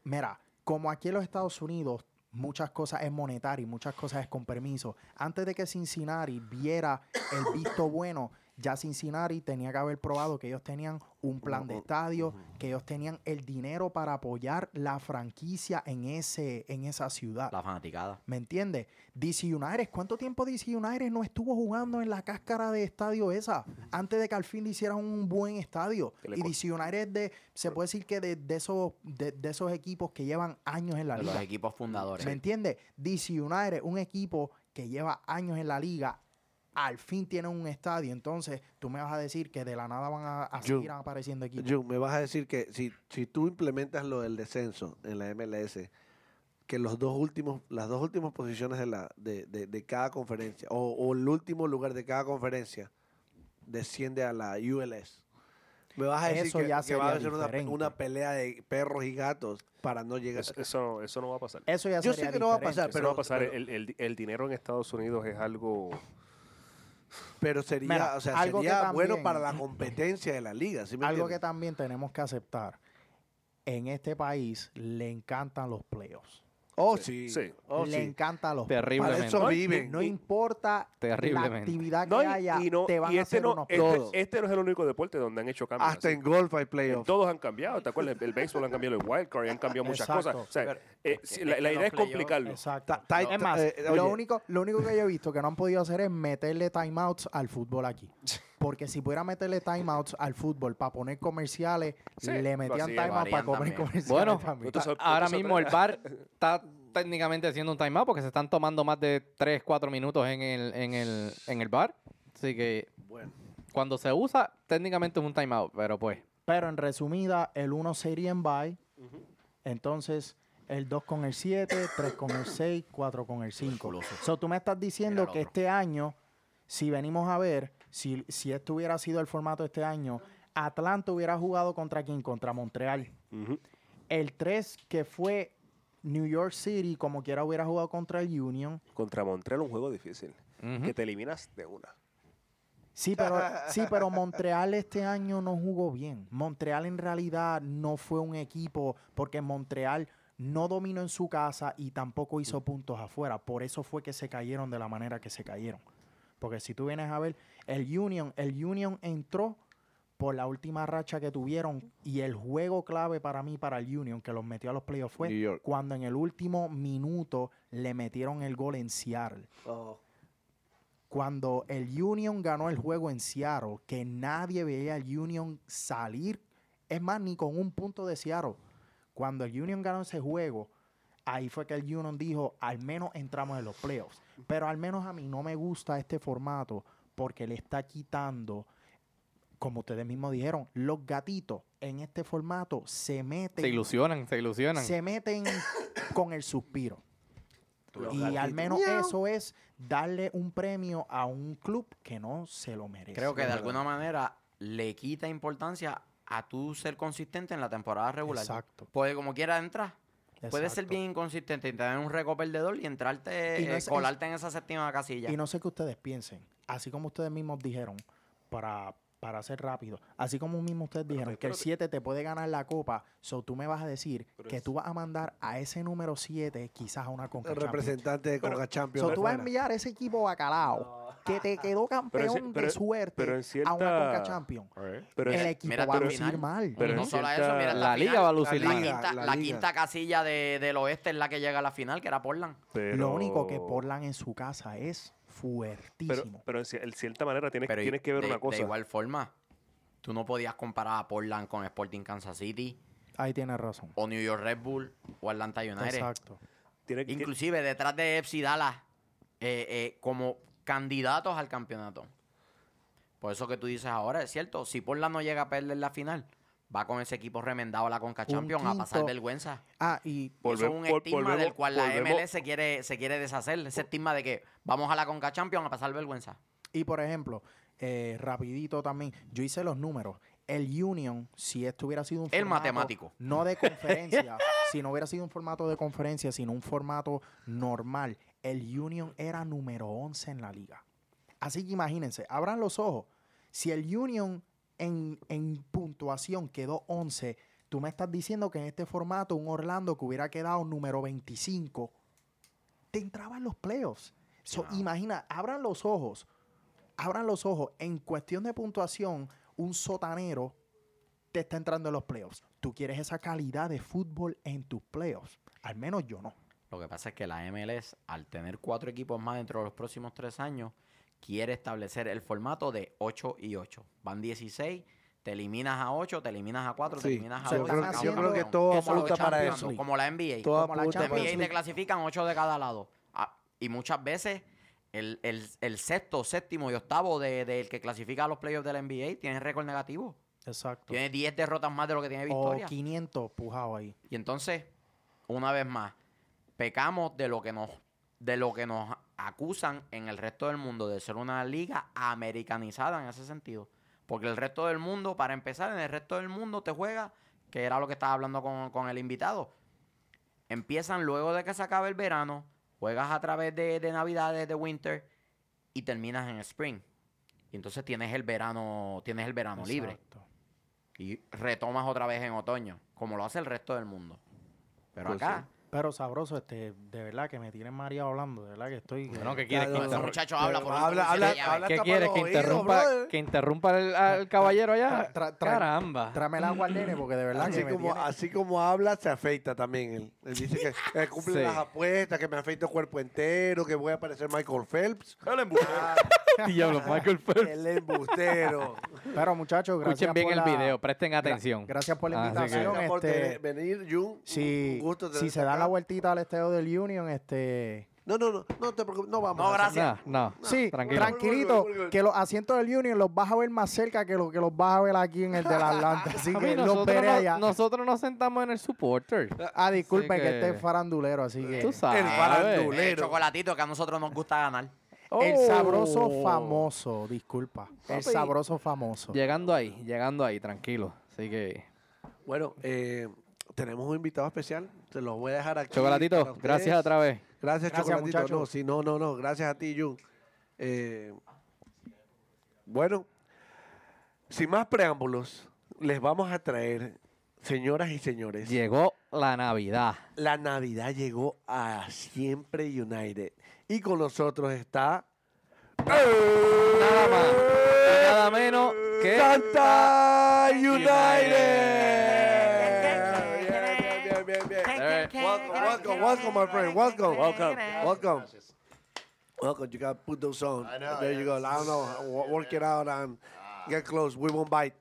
S3: Mira, como aquí en los Estados Unidos, muchas cosas es monetario, muchas cosas es con permiso. Antes de que Cincinnati viera el visto bueno, ya Cincinnati tenía que haber probado que ellos tenían un plan de estadio, que ellos tenían el dinero para apoyar la franquicia en ese, en esa ciudad.
S1: La fanaticada.
S3: ¿Me entiendes? DC United, ¿cuánto tiempo DC United no estuvo jugando en la cáscara de estadio esa? Antes de que al fin le hicieran un buen estadio.
S5: Que le
S3: Y
S5: co-
S3: DC United, de, se puede decir que de, de esos, de, de esos equipos que llevan años en la
S1: De los
S3: liga.
S1: equipos fundadores.
S3: ¿Me entiendes? DC United, un equipo que lleva años en la liga, al fin tiene un estadio. Entonces, tú me vas a decir que de la nada van a, a
S4: Yo-
S3: seguir apareciendo equipos.
S4: Jun, me vas a decir que si, si tú implementas lo del descenso en la MLS, que los dos últimos, las dos últimas posiciones de, la, de, de- de cada conferencia, o, o el último lugar de cada conferencia, desciende a la ULS. Me vas a decir
S3: Eso
S4: que,
S3: ya
S4: que va a
S3: sería
S4: ser una, pe-
S3: diferente.
S4: una pelea de perros y gatos para no llegar.
S5: Es- eso, eso no va a pasar.
S3: Eso ya
S4: Yo sé
S3: sería
S4: que no va a
S3: diferente.
S4: pasar,
S5: Eso
S4: pero-
S5: no va a pasar.
S4: pero-
S5: el, el- el dinero en Estados Unidos es algo...
S4: Pero sería,
S3: Mira,
S4: o sea,
S3: algo que
S4: sería bueno
S3: también-
S4: para la competencia de la liga. ¿sí me
S3: Algo que
S4: entiendes?
S3: también tenemos que aceptar. En este país le encantan los playoffs.
S4: Oh, sí.
S5: Sí.
S4: Oh,
S3: le
S4: sí.
S3: encantan los playoffs.
S4: Para
S2: Terriblemente.
S4: eso
S5: No, y-
S4: viven.
S3: No importa la
S2: Terriblemente.
S3: actividad que
S5: No, y-
S3: haya,
S5: y, no,
S3: te van
S5: y
S3: a
S5: este,
S3: hacer
S5: no,
S3: unos
S5: este,
S4: playoffs.
S5: este no es el único deporte donde han hecho cambios.
S4: Hasta
S5: así.
S4: en golf hay playoffs.
S5: Todos han cambiado, ¿te acuerdas? El béisbol han cambiado, el wild card han cambiado muchas
S3: Exacto.
S5: cosas. O sea, eh, si- la, la idea es complicarlo.
S3: Exacto.
S4: Ta- ta-
S3: es más,
S4: eh, oye.
S3: lo, único, lo único que yo he visto que no han podido hacer es meterle timeouts al fútbol aquí. Porque si pudiera meterle timeouts al fútbol para poner comerciales,
S5: Sí,
S3: le
S5: lo
S3: metían
S5: hacían,
S3: timeouts para
S1: varían
S3: comer
S1: también.
S3: comerciales.
S2: Bueno,
S3: también.
S5: Tú sabes-
S2: ahora
S5: tú sabes-
S2: mismo el bar está técnicamente haciendo un timeout porque se están tomando más de 3, 4 minutos en el, en el, en el bar. Así que
S4: Bueno.
S2: cuando se usa, técnicamente es un timeout, pero pues.
S3: Pero en resumida, el 1 sería en bye. Entonces, el 2 con el 7, 3 con el 6, 4 con el 5.
S1: Tuberculoso.
S3: So, tú me estás diciendo
S1: Mira el
S3: que
S1: otro.
S3: este año, si venimos a ver, si, si esto hubiera sido el formato de este año, Atlanta hubiera jugado contra quién? Contra Montreal.
S5: Ujú.
S3: El 3, que fue New York City, como quiera hubiera jugado contra el Union.
S5: Contra Montreal un juego difícil,
S2: ujú.
S5: que te eliminas de una.
S3: Sí, pero, sí, pero Montreal este año no jugó bien. Montreal en realidad no fue un equipo porque Montreal no dominó en su casa y tampoco hizo puntos afuera. Por eso fue que se cayeron de la manera que se cayeron. Porque si tú vienes a ver, el Union, el Union entró por la última racha que tuvieron y el juego clave para mí, para el Union, que los metió a los playoffs
S4: New
S3: fue
S4: York.
S3: cuando en el último minuto le metieron el gol en Seattle
S4: Oh.
S3: cuando el Union ganó el juego en Seattle, que nadie veía al Union salir, es más, ni con un punto de Seattle. Cuando el Union ganó ese juego, ahí fue que el Union dijo, al menos entramos en los playoffs. Pero al menos a mí no me gusta este formato porque le está quitando, como ustedes mismos dijeron, los gatitos en este formato se
S2: Se
S3: meten,
S2: ilusionan, se ilusionan.
S3: se meten con el suspiro. Y al menos eso es darle un premio a un club que no se lo merece.
S1: Creo que de
S4: es
S1: alguna manera le quita importancia a tú ser consistente en la temporada regular.
S3: Exacto.
S1: Porque como quiera entrar. Puedes ser
S3: exacto.
S1: bien inconsistente y tener un récord perdedor y entrarte,
S3: Y no
S1: eh,
S3: es-
S1: colarte en esa séptima casilla.
S3: Y no sé qué ustedes piensen. Así como ustedes mismos dijeron, para, para ser rápido, así como mismo ustedes dijeron que el
S5: espérate.
S3: 7 te puede ganar la copa, so tú me vas a decir
S5: Pero
S3: que
S5: es-
S3: tú vas a mandar a ese número 7 quizás a una conca
S4: El
S3: Champions.
S4: representante de Conca Champions.
S3: So tú vas a
S4: afuera.
S3: enviar ese equipo bacalao que te quedó
S5: Pero en
S3: campeón
S5: ci- pero-
S3: de suerte
S5: pero
S3: a
S5: en
S3: una
S5: cierta-
S3: conca Champions.
S5: Pero
S3: el
S5: es-
S3: equipo
S1: mira,
S3: va a
S5: pero-
S3: lucir mal.
S5: pero
S1: no
S5: en
S1: solo
S5: cierta-
S1: eso, mira
S2: la
S1: final.
S2: liga va a
S1: la
S2: lucir mal.
S1: quinta,
S4: La
S1: la
S4: liga.
S1: quinta casilla de- del oeste es la que llega a la final, que era Portland.
S5: pero-
S3: Lo único que Portland en su casa es
S5: Pero,
S3: fuertísimo.
S5: pero en, cier- en cierta manera tienes,
S1: Pero y-
S5: tienes que ver
S1: de-
S5: una
S1: De
S5: cosa.
S1: igual forma, tú no podías comparar a Portland con Sporting Kansas City
S3: Ahí tienes razón.
S1: o New York Red Bull o Atlanta United.
S3: Exacto.
S5: Tienes- tien-
S1: Inclusive detrás de FC Dallas eh, eh, como candidatos al campeonato. Por eso que tú dices ahora, es cierto, si Portland no llega a perder la final, va con ese equipo remendado a la Conca
S3: Un
S1: Champions a pasar
S3: quinto.
S1: vergüenza.
S3: Ah, y
S1: Eso es
S5: Volve-
S1: un
S5: vol-
S1: estigma del
S5: volvemos-
S1: cual la
S5: volvemos-
S1: MLS quiere, se quiere deshacer. Ese estigma de que vamos a la Conca Champions a pasar vergüenza.
S3: Y por ejemplo, eh, rapidito también, yo hice los números. el Union, si esto hubiera sido un
S1: El
S3: formato
S1: matemático.
S3: No de conferencia, si no hubiera sido un formato de conferencia, sino un formato normal, el Union era número 11 en la liga. Así que imagínense, abran los ojos. Si el Union en, en puntuación quedó 11, tú me estás diciendo que en este formato un Orlando que hubiera quedado número 25 te entraban los playoffs. So, Imagina, abran los ojos, abran los ojos. En cuestión de puntuación, un sotanero te está entrando en los playoffs. Tú quieres esa calidad de fútbol en tus playoffs. Al menos yo no.
S1: Lo que pasa es que la MLS, al tener cuatro equipos más dentro de los próximos tres años, quiere establecer el formato de 8 y 8. Van 16, te eliminas a 8, te eliminas a 4, te
S4: Sí,
S1: eliminas a
S4: yo
S1: 8.
S3: creo que- yo creo
S4: que todo
S3: apunta para eso.
S1: Como la NBA.
S4: Todo
S3: como la
S4: apunta-
S1: la
S3: Champions
S1: NBA te
S3: League.
S1: clasifican 8 de cada lado. Ah, y muchas veces el, el- el sexto, séptimo y octavo del de, del que clasifica a los playoffs de la NBA tiene récord negativo.
S3: Exacto.
S1: Tiene 10 derrotas más de lo que tiene
S3: O
S1: victoria.
S3: 500 pujado ahí.
S1: Y entonces, una vez más, pecamos de lo que nos, de lo que nos acusan en el resto del mundo de ser una liga americanizada en ese sentido. Porque el resto del mundo, para empezar, en el resto del mundo te juega, que era lo que estaba hablando con, con el invitado. Empiezan luego de que se acabe el verano, juegas a través de, de navidades, de winter, y terminas en spring. Y entonces tienes el verano, tienes el verano libre
S3: Exacto.
S1: y retomas otra vez en otoño, como lo hace el resto del mundo. Pero
S4: Pues
S1: acá,
S3: Pero sabroso, este, de verdad que me tienen mareado hablando, de verdad que estoy. que-
S2: Bueno, ¿qué quieres?
S4: Claro,
S2: Que,
S1: ese
S4: no,
S2: interrum-
S1: muchacho
S4: pero
S1: habla por un
S4: habla-
S1: tubo y se
S4: habla-
S1: te llave.
S4: habla-
S2: ¿Qué
S4: tapa
S2: quieres?
S4: los
S2: ¿Que
S4: oídos,
S2: interrumpa,
S4: brother.
S2: que interrumpa al, al caballero allá?
S3: Tra- tra- tra-
S2: Caramba.
S3: Tráeme el agua al nene, porque de verdad
S4: Así
S3: que me
S4: como,
S3: tiene-
S4: así como habla, se afeita también él. Él dice que eh, cumple
S2: Sí.
S4: las apuestas, que me afeito el cuerpo entero, que voy a parecer Michael Phelps. Ah,
S2: Diablo, Michael Phelps.
S4: El embustero.
S3: Pero muchachos, eh, gracias
S2: Escuchen bien
S3: por
S2: el
S3: la-
S2: video, presten
S3: gra-
S2: atención.
S3: Gracias por la
S2: Así que-
S3: invitación.
S4: Gracias por
S3: este-
S4: tener- venir, Jun.
S3: si,
S4: Un gusto
S3: si
S4: tenerte
S3: se da
S4: acá.
S3: la vueltita al estadio del Union, este...
S4: No, no, no, no te preocupes, no vamos.
S1: No,
S4: a hacer
S1: gracias.
S2: No, no.
S3: sí,
S2: tranquilo.
S3: tranquilito,
S4: Voy, voy, voy, voy.
S3: que los asientos del Union los vas a ver más cerca que los que los vas a ver aquí en el del Atlanta. Así
S2: Papi,
S3: que los
S2: nosotros,
S3: veré
S2: no-
S3: allá.
S2: nosotros nos sentamos en el supporter.
S3: ah, disculpe
S2: Así
S3: que...
S2: que-
S3: este es farandulero, así que...
S2: Tú sabes.
S4: El farandulero.
S1: el chocolatito que a nosotros nos gusta ganar.
S3: El
S2: Oh.
S3: sabroso famoso, disculpa.
S2: Papi.
S3: El sabroso famoso.
S2: Llegando ahí, llegando ahí, tranquilo. Así que,
S4: Bueno, eh, tenemos un invitado especial. Te los voy a dejar aquí. para
S2: Chocolatito,
S4: ustedes.
S2: gracias otra vez.
S4: Gracias,
S3: Gracias,
S4: Chocolatito.
S3: muchacho.
S4: No, sí, no, no, no. Gracias a ti, Jun. Eh, bueno, sin más preámbulos, les vamos a traer, señoras y señores,
S2: Llegó la Navidad.
S4: la Navidad llegó a Siempre United. Y con nosotros está.
S2: Nada más y nada menos que
S4: Santa
S2: United.
S4: United. Bien, bien, bien, bien, bien.
S2: Eh,
S4: Welcome, welcome, welcome, my friend. Welcome, welcome, welcome. Welcome. You gotta put those on.
S6: I know,
S4: There
S6: yeah. Ah.
S4: you go. I don't know. wo- Work it out and get close. We won't bite.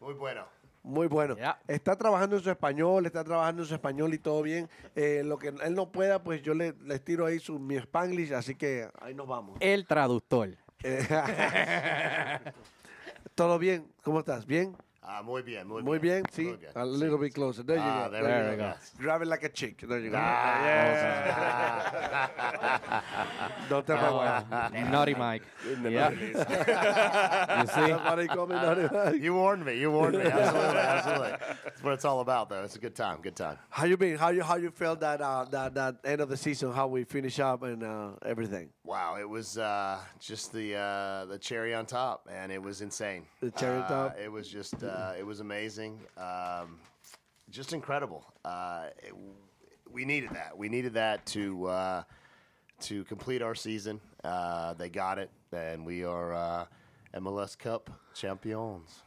S6: Muy bueno.
S4: Muy bueno.
S2: Yeah.
S4: Está trabajando en su español, está trabajando en su español y todo bien. Eh, lo que él no pueda, pues yo le, les tiro ahí su, mi spanglish, así que ahí nos vamos.
S2: el traductor.
S4: Eh, todo bien. ¿Cómo estás? ¿Bien?
S6: Ah, muy bien, muy,
S4: Muy bien, sí.
S6: Muy bien.
S4: A little bit closer. There you
S6: Ah,
S4: go.
S6: there we go, Ah. yes.
S4: Grab it like a chick. There you go.
S5: Ah,
S4: Don't tell my wife.
S2: Ah, Naughty Mike. Yeah. You see?
S4: Nobody call me naughty.
S6: You warned me. You warned me. Absolutely, absolutely. That's what it's all about, though. It's a good time. Good time.
S4: How you been? How you how you felt that uh, that that end of the season? How we finish up and uh, everything?
S6: Wow, it was uh, just the uh, the cherry on top, man. It was insane.
S4: The cherry on
S6: Uh,
S4: top.
S6: It was just uh, it was amazing, um, just incredible. Uh, it- we needed that. We needed that to uh, to complete our season. Uh, they got it, and we are uh, MLS Cup champions.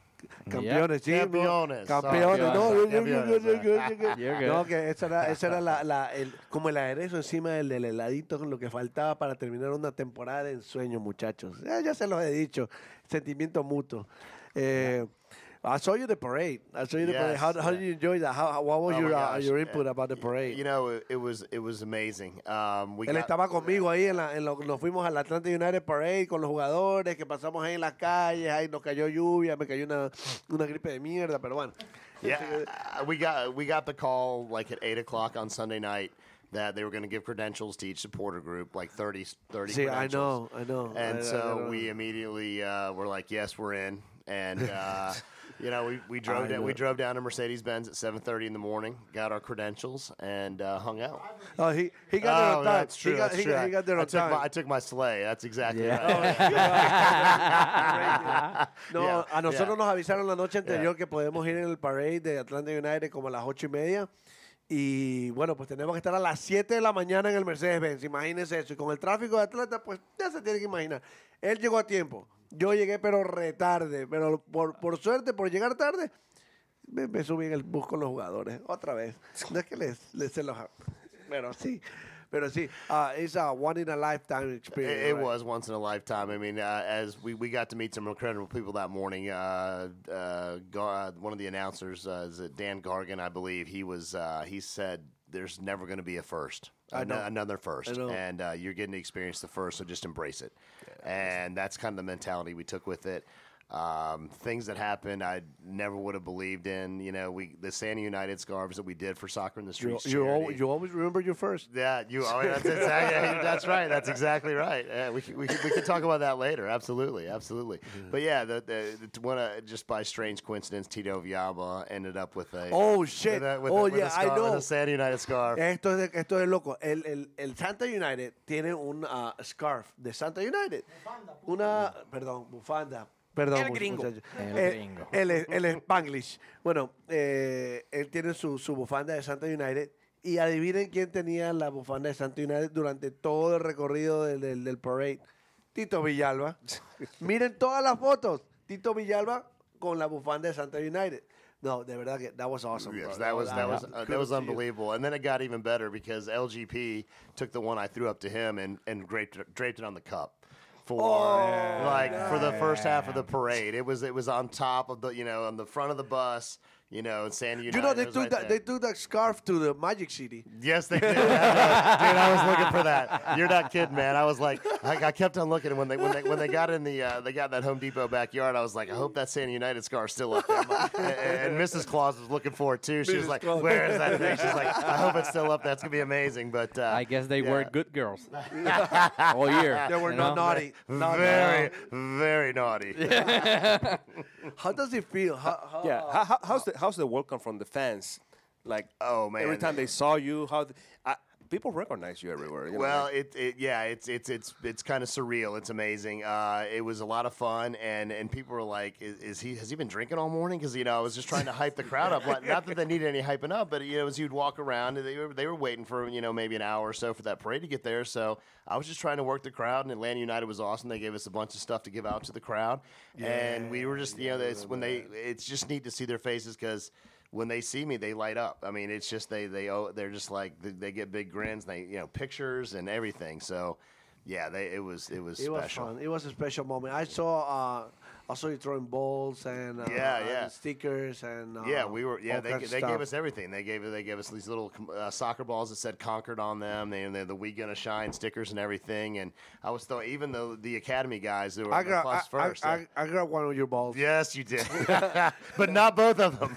S4: Campeones, sí, bro.
S6: Campeones.
S4: Campeones, no,
S6: Sorry.
S4: you're good, you're good, you're good, you're good.
S2: You're good.
S4: No, que esa era, esa era la, la- el, como el aderezo encima del, del heladito, lo que faltaba para terminar una temporada de ensueño, muchachos. Ya, ya se los he dicho, sentimiento mutuo. Eh, I saw you the parade. I saw you the parade.
S6: Yes,
S4: How, how
S6: yeah.
S4: did you enjoy that? How, how- what was
S6: Oh my
S4: your uh,
S6: gosh.
S4: your input
S6: Uh,
S4: about the parade?
S6: You know, it, it was it was amazing. Um, we
S4: Él
S6: got-
S4: estaba conmigo ahí, en la, en lo- nos fuimos al Atlanta United Parade con los jugadores, que pasamos ahí en las calles, ahí nos cayó lluvia, me cayó una, una gripe de mierda, pero bueno.
S6: Yeah, uh, we got we got the call like at eight o'clock on Sunday night that they were going to give credentials to each supporter group, like 30, 30
S4: See, I
S6: credentials.
S4: know, I know.
S6: And
S4: I- I
S6: so
S4: know.
S6: we immediately uh, were like, "Yes, we're in."
S7: and uh, you know we, we drove down, we drove down to Mercedes Benz at seven thirty in the morning, got our credentials, and uh, hung out.
S4: Oh, he, he got there on time.
S7: Oh, that's true.
S4: He got,
S7: that's
S4: he
S7: true.
S4: got, he got there
S7: I
S4: on
S7: took
S4: time.
S7: my I took my sleigh. That's exactly
S4: Oh,
S1: Yeah.
S7: right.
S4: No,
S7: Yeah,
S4: a nosotros
S7: yeah.
S4: nos avisaron la noche anterior que podemos ir en el parade de Atlanta United como a las ocho y media. Y bueno, pues tenemos que estar a las 7 de la mañana en el Mercedes-Benz. Imagínense eso. Y con el tráfico de Atlanta, pues ya se tiene que imaginar. Él llegó a tiempo. Yo llegué, pero retarde. Pero por, por suerte, por llegar tarde, me, me subí en el bus con los jugadores. Otra vez. No es que les, les se los. Pero sí. Pero sí. Ah, it's a one in a lifetime experience.
S7: It, it
S4: right?
S7: was once in a lifetime. I mean, uh, as we, we got to meet some incredible people that morning. Uh, uh, Gar- uh, one of the announcers uh, is it Dan Gargan, I believe. He was. Uh, he said, "There's never going to be a first, an- another first,
S4: know.
S7: and uh, you're getting to experience the first, so just embrace it." and that's kind of the mentality we took with it. Um, things that happened, I never would have believed in. You know, we the Santa United scarves that we did for soccer in the
S4: You,
S7: streets.
S4: you,
S7: charity.
S4: always, you always remember you first.
S7: Yeah, you. Oh, yeah, that's, exactly, that's right. That's exactly right. Yeah, we, could- we, could- we could talk about that later. Absolutely, absolutely.
S4: Mm-hmm.
S7: But yeah, the, the, the one uh, just by strange coincidence, Tito Viaba ended up with a
S4: Oh,
S7: with
S4: shit.
S7: a- with a-
S4: Oh,
S7: with a
S4: yeah, I
S7: scarf- with
S4: know.
S7: a Santa United scarf.
S4: Esto es, de- esto es loco. El, el, el Santa United tiene un ah, scarf de Santa United. Una, perdón, bufanda. Perdón,
S1: El
S4: mu-
S1: gringo.
S4: muchachos.
S2: El
S4: Eh,
S2: gringo.
S4: El, el Spanglish. Bueno, eh, él tiene su, su bufanda de Santa United. Y adivinen quién tenía la bufanda de Santa United durante todo el recorrido del, del, del parade. Tito Villalba. Miren todas las fotos. Tito Villalba con la bufanda de Santa United. No, de verdad que that was awesome. bro.
S7: Yes, that was that was
S4: was-
S7: uh, that
S4: kudos
S7: was
S4: to you.
S7: unbelievable. And then it got even better because LGP took the one I threw up to him and and draped it, draped it on the cup for
S4: Oh,
S7: like for the first half of the parade. It was it was on top of the you know on the front of the bus. You know, and Sandy United.
S4: You know, they
S7: was
S4: took
S7: right
S4: that
S7: there.
S4: they took that scarf to the Magic City.
S7: Yes, they did. Dude, I was looking for that. You're not kidding, man. I was like, I, I kept on looking, and when they when they when they got in the uh, they got in that Home Depot backyard, I was like, I hope that Santa United scar's still up there. My- and, and Mrs. Claus was looking for it too. She was
S4: Mrs.
S7: like,
S4: Claus.
S7: Where is that thing? She's like, I hope it's still up. That's gonna be amazing. But uh,
S2: I guess they
S7: yeah.
S2: were good girls all year.
S4: They were
S2: you know?
S4: not naughty. Not
S7: Very, very naughty.
S4: naughty. How does it feel? How, how,
S5: Yeah. How, how, how's the how's the welcome from the fans? Like
S7: Oh, man.
S5: every time they saw you, how th- I, people recognize you everywhere. you know,
S7: Well,
S5: like-
S7: it, it yeah, it's it's it's it's kind of surreal. It's amazing. Uh, it was a lot of fun, and and people were like, "Is, is he has he been drinking all morning?" Because you know, I was just trying to hype the crowd up. Like, not that they needed any hyping up, but you know, as you'd walk around, they were they were waiting for you know maybe an hour or so for that parade to get there. So I was just trying to work the crowd, and Atlanta United was awesome. They gave us a bunch of stuff to give out to the crowd, and we were just you know, it's when they it's just neat to see their faces because when they see me, they light up. I mean, it's just they they oh, they're just like they, they get big grins. They you know pictures and everything. So yeah, they it was it was
S4: it was
S7: special.
S4: fun. It was a special moment. I saw. Uh, I saw you throwing balls and uh,
S7: Yeah,
S4: and
S7: yeah.
S4: stickers and uh,
S7: Yeah, we were. Yeah,
S4: all
S7: they,
S4: kinds
S7: g-
S4: of
S7: they gave
S4: stuff.
S7: us everything. They gave they gave us these little uh, soccer balls that said Concord on them. They they the We Gonna Shine stickers and everything. And I was still even though the academy guys who were
S4: I
S7: the
S4: grabbed. I,
S7: plus first.
S4: I,
S7: yeah.
S4: I, I grabbed one of your balls.
S7: yes, you did, but not both of them.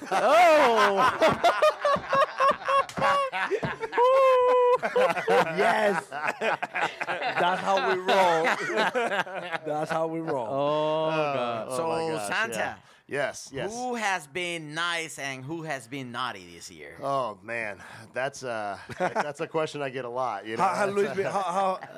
S4: yes, that's how we roll. that's how we roll.
S2: Oh, God.
S7: Oh,
S1: So,
S7: my yeah.
S1: Santa.
S7: Yes, yes.
S1: Who has been nice and who has been naughty this year?
S4: Ah.
S7: Oh man, that's uh, that's a question I get a lot. You know,
S4: How, how
S7: That's,
S4: Luis?
S7: uh,
S4: Be, how,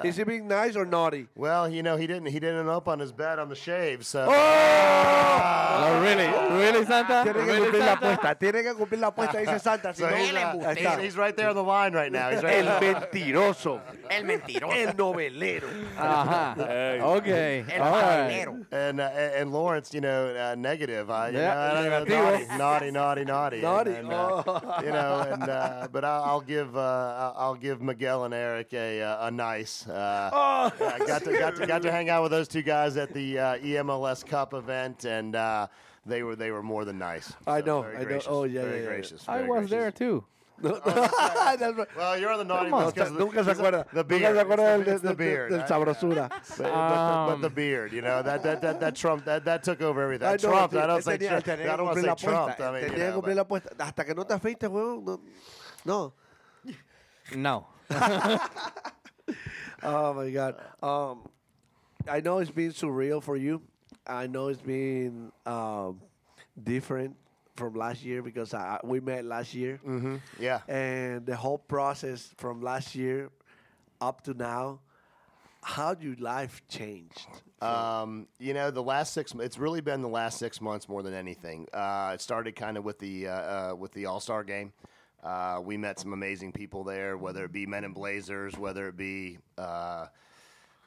S4: how, is he being nice or naughty?
S7: Well, you know, he didn't he didn't up on his bet on the shave, so
S2: Oh, really? Really, Santa?
S4: Tiene que
S2: Really,
S4: cumplir la
S2: Santa?
S4: apuesta. Tiene que cumplir la apuesta. Dice Santa. Si
S7: So
S4: no,
S7: he's,
S1: uh,
S4: ahí
S7: he's,
S4: está.
S7: he's right there on the line right now. He's right
S4: El
S7: there.
S4: mentiroso.
S1: El mentiroso.
S4: El novelero.
S2: Ajá.
S5: Hey.
S2: Okay.
S1: El
S2: All right.
S1: bananero.
S7: And, uh, and and Lawrence, you know, uh, negative. I, you
S2: Yeah,
S7: know, I don't know,
S2: negativo.
S7: naughty, naughty, naughty, naughty,
S4: Naughty.
S7: And, uh,
S4: Oh.
S7: You know, and uh, but I'll, I'll give uh, I'll- I'll give Miguel and Eric a uh, a nice. Uh,
S4: Oh.
S7: I got to, got to got to hang out with those two guys at the uh, EMLS Cup event, and uh, they were they were more than nice.
S4: I know,
S7: very
S4: I know.
S7: gracious,
S4: Oh, yeah,
S7: very
S4: yeah, yeah.
S7: gracious.
S2: I
S7: very
S2: was there
S7: gracious.
S2: too.
S4: ah, That's right.
S7: Well, you're on the naughty
S4: No,
S7: list because
S4: nunca se acuerda.
S7: The beard.
S4: Nunca se acuerda
S7: It's the-
S4: del,
S7: it's the
S4: del-
S7: beard.
S4: del
S7: I-
S4: sabrosura.
S7: But, but, the, but
S2: Um,
S7: the beard, you know, that that that, that Trump that, that took over everything.
S4: Ay, no,
S7: Trump, I
S4: él
S7: don't say
S4: tenía-
S7: Trump.
S4: tenía que
S7: I don't want
S4: cumplir
S7: to
S4: la
S7: say Trump.
S4: apuesta,
S7: I mean,
S4: tenía
S7: you
S4: que
S7: know,
S4: cumplir la
S7: but-
S4: apuesta. Hasta que no te afeites, huevón. No. no.
S2: No.
S4: Oh my God. Um, I know it's been surreal for you. I know it's been um, different from last year because I, we met last year,
S7: Mm-hmm. Yeah.
S4: and the whole process from last year up to now, how your life changed.
S7: Um, you know, the last six. It's really been the last six months more than anything. Uh, it started kind of with the uh, uh, with the All Star game. Uh, we met some amazing people there, whether it be Men in Blazers, whether it be. Uh,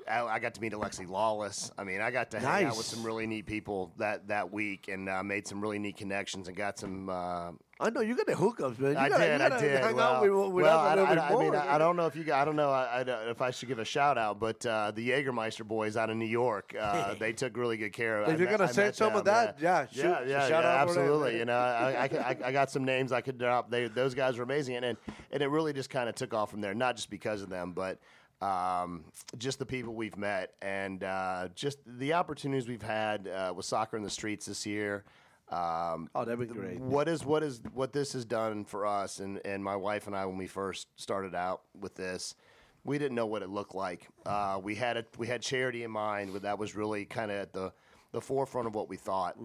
S7: I, I got to meet Alexi Lawless. I mean, I got to hang out
S4: Nice.
S7: with some really neat people that, that week and uh, made some really neat connections and got some uh,
S4: I know you got the hookups, man. You
S7: I
S4: gotta,
S7: did.
S4: you
S7: I
S4: gotta
S7: did.
S4: Hang
S7: well,
S4: out with, with
S7: well,
S4: us a
S7: I,
S4: little
S7: I-
S4: bit
S7: I
S4: more.
S7: mean, I, I don't know if you. I don't know I, I don't- if I should give a shout out, but uh, the Jägermeister boys out of New York, uh, they took really good care of.
S4: If
S7: I
S4: you're
S7: met-
S4: gonna
S7: I met
S4: send some of
S7: them,
S4: that, yeah, shoot,
S7: yeah, yeah,
S4: shout
S7: yeah,
S4: out for them,
S7: absolutely.
S4: man.
S7: you know, I, I, could- I, I got some names I could drop. They those guys were amazing, and and, and it really just kind of took off from there. Not just because of them, but. Um, just the people we've met, and uh, just the opportunities we've had uh, with soccer in the streets this year. Um,
S4: Oh, that'd be great.
S7: what is what is what this has done for us and and my wife and I when we first started out with this, we didn't know what it looked like. Uh, we had a, we had charity in mind, but that was really kind of at the the forefront of what we thought,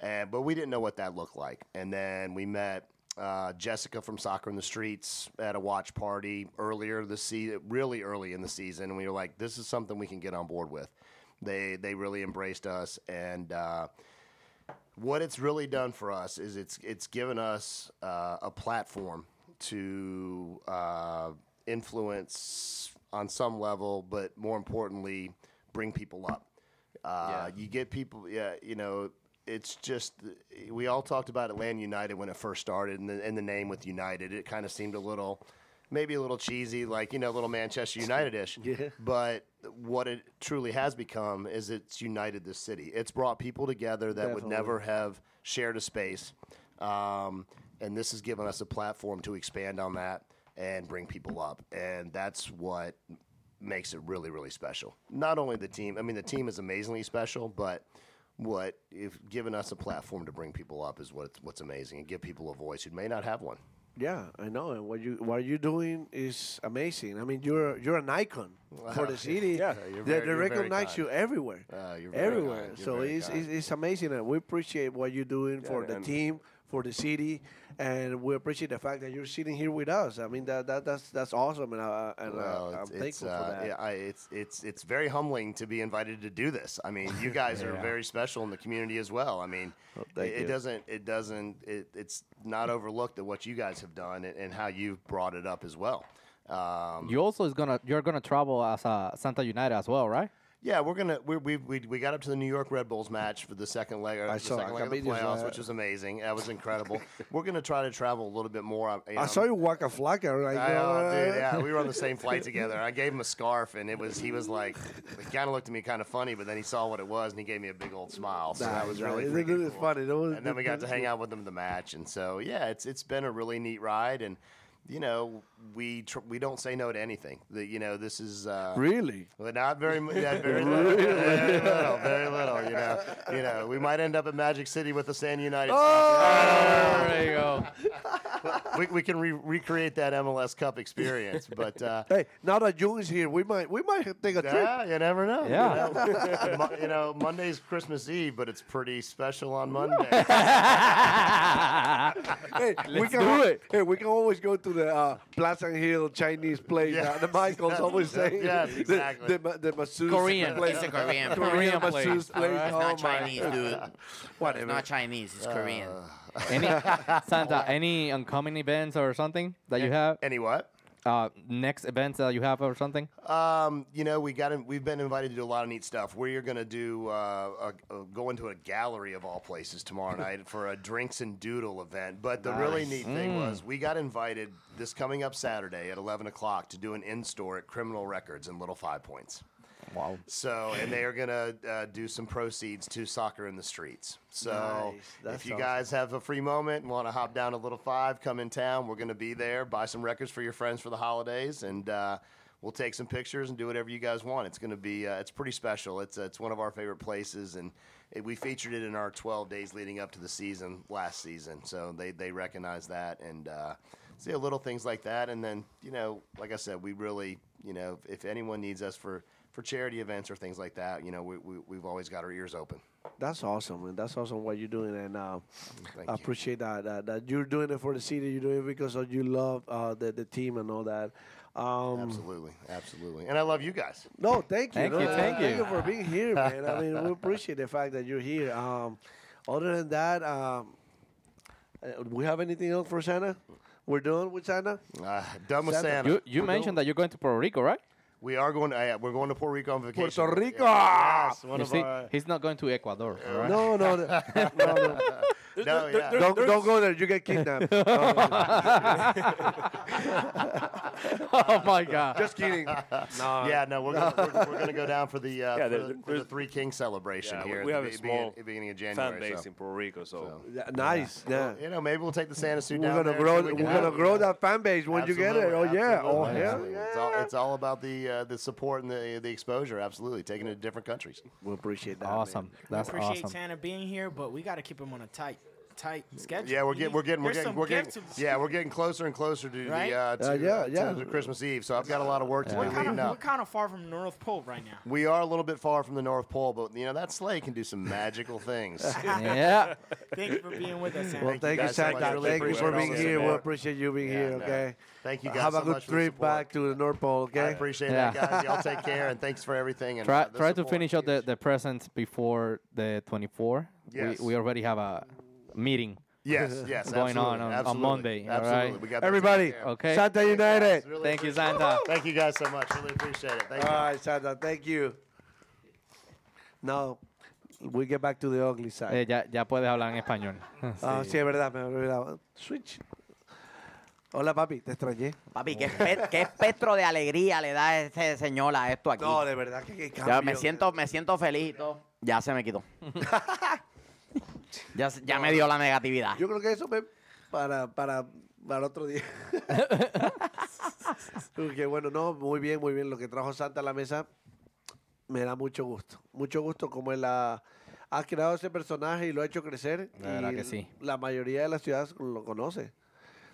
S7: and but we didn't know what that looked like. And then we met. Uh, Jessica from Soccer in the Streets at a watch party earlier this season, really early in the season, and we were like, "This is something we can get on board with." They they really embraced us, and uh, what it's really done for us is it's it's given us uh, a platform to uh, influence on some level, but more importantly, bring people up. Uh, You get people, yeah, you know. It's just we all talked about Atlanta United when it first started, and the, and the name with United, it kind of seemed a little, maybe a little cheesy, like you know, a little Manchester United ish.
S4: Yeah.
S7: But what it truly has become is it's united this city. It's brought people together that would never have shared a space. Um, and this has given us a platform to expand on that and bring people up. And that's what makes it really, really special. Not only the team, I mean, the team is amazingly special, but what if given us a platform to bring people up is what, what's amazing and give people a voice who may not have one.
S4: Yeah, I know. And what you what you're doing is amazing. I mean, you're you're an icon for the city.
S5: Yeah.
S7: You're
S4: they,
S7: very-
S4: they
S7: you're very
S4: recognize
S7: kind.
S4: you everywhere.
S7: Uh, you're very
S4: everywhere.
S7: kind. You're
S4: So
S7: very
S4: it's,
S7: kind.
S4: it's it's amazing, and we appreciate what you're doing for the
S5: and-
S4: team, for the city, and we appreciate the fact that you're sitting here with us. I mean, that, that that's that's awesome, and, I, and
S7: Well,
S4: I, I'm
S7: it's, it's,
S4: thankful
S7: uh,
S4: for that.
S7: yeah, I, it's it's it's very humbling to be invited to do this. I mean, you guys are very special in the community as well. I mean,
S4: thank
S7: it, it
S4: you.
S7: doesn't it doesn't it, it's not overlooked at what you guys have done and, and how you've brought it up as well. Um,
S2: You also is gonna you're gonna travel as a Santa United as well, right?
S7: yeah, we're gonna we we we we got up to the New York Red Bulls match for the second leg, or the
S4: saw-
S7: second
S4: I
S7: leg of the
S4: completely saw
S7: playoffs,
S4: that.
S7: which was amazing. That was incredible. we're gonna try to travel a little bit more. I- you
S4: I
S7: know,
S4: saw you walk a flacca. Like,
S7: I know, dude,
S4: uh,
S7: yeah, we were on the same flight together. I gave him a scarf, and it was he was like, he kind of looked at me kind of funny, but then he saw what it was, and he gave me a big old smile. So that was
S4: nah,
S7: really
S4: it-
S7: freaking
S4: it was
S7: cool.
S4: funny. It was-
S7: And then we got to hang out with him at the match, and so yeah, it's it's been a really neat ride, and you know we tr- we don't say no to anything. The, you know this is uh,
S4: Really?
S7: well, not very, mu- yeah, very little, very little, very little. You know, you know, we might end up at Magic City with the San United.
S4: Oh!
S2: There you go.
S7: We, we can re- recreate that MLS Cup experience, but uh,
S4: Hey, now that June is here, we might we might take a trip.
S7: Yeah, you never know.
S2: Yeah.
S7: You know, Mo- you know, Monday's Christmas Eve, but it's pretty special on Monday.
S4: hey, we can do it. Hey, we can always go to the uh, Plaza Hill Chinese place.
S7: Yes,
S4: uh, the Michael's
S7: yes,
S4: always
S7: yes,
S4: saying
S7: yes,
S4: the-
S7: exactly.
S4: the, ma- the, masseuse
S2: Korean.
S4: place.
S2: It's
S8: a Korean
S4: Korean,
S2: Korean
S4: masseuse
S2: place.
S4: place.
S8: It's
S4: oh
S8: not
S4: my
S8: Chinese,
S4: God.
S8: dude. It's
S4: Whatever. Ah.
S8: not Chinese. It's Korean.
S2: Any Santa, any upcoming events or something that you have?
S7: Any what?
S2: Uh, next events that you have or something?
S7: Um, you know, we got in, we've been invited to do a lot of neat stuff. We're going to do uh, a, a, go into a gallery of all places tomorrow night for a drinks and doodle event. But the really neat thing was we got invited this coming up Saturday at eleven o'clock to do an in store at Criminal Records in Little Five Points.
S2: Wow.
S7: So, and they are going to uh, do some proceeds to soccer in the streets. So,
S4: Nice. That's
S7: if you
S4: awesome.
S7: guys have a free moment and want to hop down to Little Five, come in town. We're going to be there, buy some records for your friends for the holidays, and uh, we'll take some pictures and do whatever you guys want. It's going to be, uh, it's pretty special. It's, uh, it's one of our favorite places, and it, we featured it in our 12 days leading up to the season last season. So, they, they recognize that. And, uh, See little things like that, and then you know, like I said, we really, you know, if anyone needs us for for charity events or things like that. You know, we, we, we've always got our ears open.
S4: That's awesome, and that's awesome what you're doing, and uh,
S7: Thank
S4: I
S7: you.
S4: appreciate that, that that you're doing it for the city. You're doing it because of you love uh, the the team and all that. Um,
S7: Absolutely, absolutely. And I love you guys.
S4: No, thank you.
S2: Thank
S4: No,
S2: you,
S4: no,
S2: thank
S4: you for being here, man. I mean, we appreciate the fact that you're here. Um, other than that, um, uh, do we have anything else for Santa? We're done with Santa.
S7: Uh, done with
S4: Santa.
S7: Santa.
S2: You, you mentioned that you're going to Puerto Rico, right?
S7: We are going. Uh, we're going to Puerto Rico on vacation.
S4: Puerto Rico!
S7: Yes, one
S2: You
S7: of
S2: see,
S7: our- uh,
S2: he's not going to Ecuador, all right?
S4: No, no, no, no, no.
S7: No, yeah.
S5: There-
S4: Don't,
S5: there's-
S4: don't go there. You get kidnapped. No,
S2: oh my God.
S4: just kidding.
S2: Uh,
S4: No.
S7: yeah, no, we're gonna, we're, we're gonna go down for the uh,
S5: Yeah,
S7: for
S5: there-
S7: the- for, the
S5: there's-
S7: Three King celebration
S5: Yeah, we-
S7: here.
S5: we
S7: at
S5: have
S7: the
S5: a
S7: be-
S5: small
S7: begin- beginning of
S5: fan
S7: January.
S5: base
S7: so-
S5: in Puerto Rico, so.
S7: so,
S4: Yeah, Nice. Yeah.
S7: You know, maybe we'll take the Santa suit
S4: We're
S7: down
S4: gonna
S7: there
S4: grow.
S7: so we
S4: We're
S7: can
S4: gonna
S7: have it,
S4: grow
S7: you know.
S4: that fan base when you get it. Oh
S7: Absolutely,
S4: yeah. Oh
S7: absolutely,
S4: yeah.
S7: absolutely. It's all, it's all about the uh, the support and the the exposure. Absolutely, taking it to different countries.
S4: We appreciate that. man.
S2: Awesome. That's
S3: appreciate
S2: awesome.
S3: Santa being here, but we got to keep him on a tight, tight schedule.
S7: Yeah, we're
S3: You
S7: getting
S3: need-
S7: we're getting we're
S3: there's
S7: getting
S3: some
S7: we're
S3: gifts
S7: getting
S3: of-
S7: yeah we're getting closer and closer to
S3: Right?
S7: the uh, to,
S4: Uh, yeah,
S7: to-
S4: yeah.
S7: to Christmas Eve. So I've got a lot of work to
S3: We're
S7: do leading
S3: kind, of, we're
S7: up.
S3: kind of far from North Pole right now.
S7: We are a little bit far from the North Pole, but you know that sleigh can do some magical things.
S2: yeah.
S3: Thank you for being with us, Santa.
S4: Well, thank you,
S7: guys. Thank
S4: Santa.
S7: you. Really
S4: Thank you for
S7: appreciate
S4: being
S7: all the
S4: here. We
S7: support.
S4: appreciate you being
S7: Yeah,
S4: here.
S7: no.
S4: Okay.
S7: Thank you guys.
S4: Have a
S7: so
S4: good
S7: much for the
S4: trip
S7: support.
S4: back to the North Pole. Okay.
S7: I appreciate
S2: Yeah.
S7: that, guys. Y'all take care, and thanks for everything. And
S2: Try,
S7: uh, the
S2: try to
S7: support.
S2: finish up the, the presents before the 24.
S7: Yes.
S2: We, we already have a meeting.
S7: Yes, yes,
S2: going on on-
S7: absolutely,
S2: on
S7: absolutely,
S2: Monday, all
S7: Absolutely,
S2: right?
S7: we got that
S4: Everybody.
S7: taken care of.
S2: Okay.
S4: Santa United.
S7: Really
S2: Thank you,
S7: appreciate it.
S2: Santa.
S7: Thank you guys so much. Really appreciate it. Thank
S4: All
S7: you.
S4: right, Santa. Thank you. Now we get back to the ugly
S2: Eh,
S4: side.
S2: ya, ya puedes hablar en español.
S4: Ah, sí, es verdad. Me olvidaba. Switch. Hola, papi. Te extrañé.
S1: Papi, ¿qué, espe- qué espectro de alegría le da ese señor a esto aquí?
S4: No, de verdad que qué
S1: Ya
S4: cambio.
S1: me siento, me siento feliz y todo. Ya se me quitó. ya se- ya me dio la negatividad.
S4: Yo creo que eso me para para para otro día. Porque bueno, no, muy bien, muy bien. Lo que trajo Santa a la mesa me da mucho gusto, mucho gusto como él ha, ha creado ese personaje y lo ha hecho crecer.
S2: La verdad
S4: y
S2: que sí.
S4: La mayoría de las ciudades lo conoce.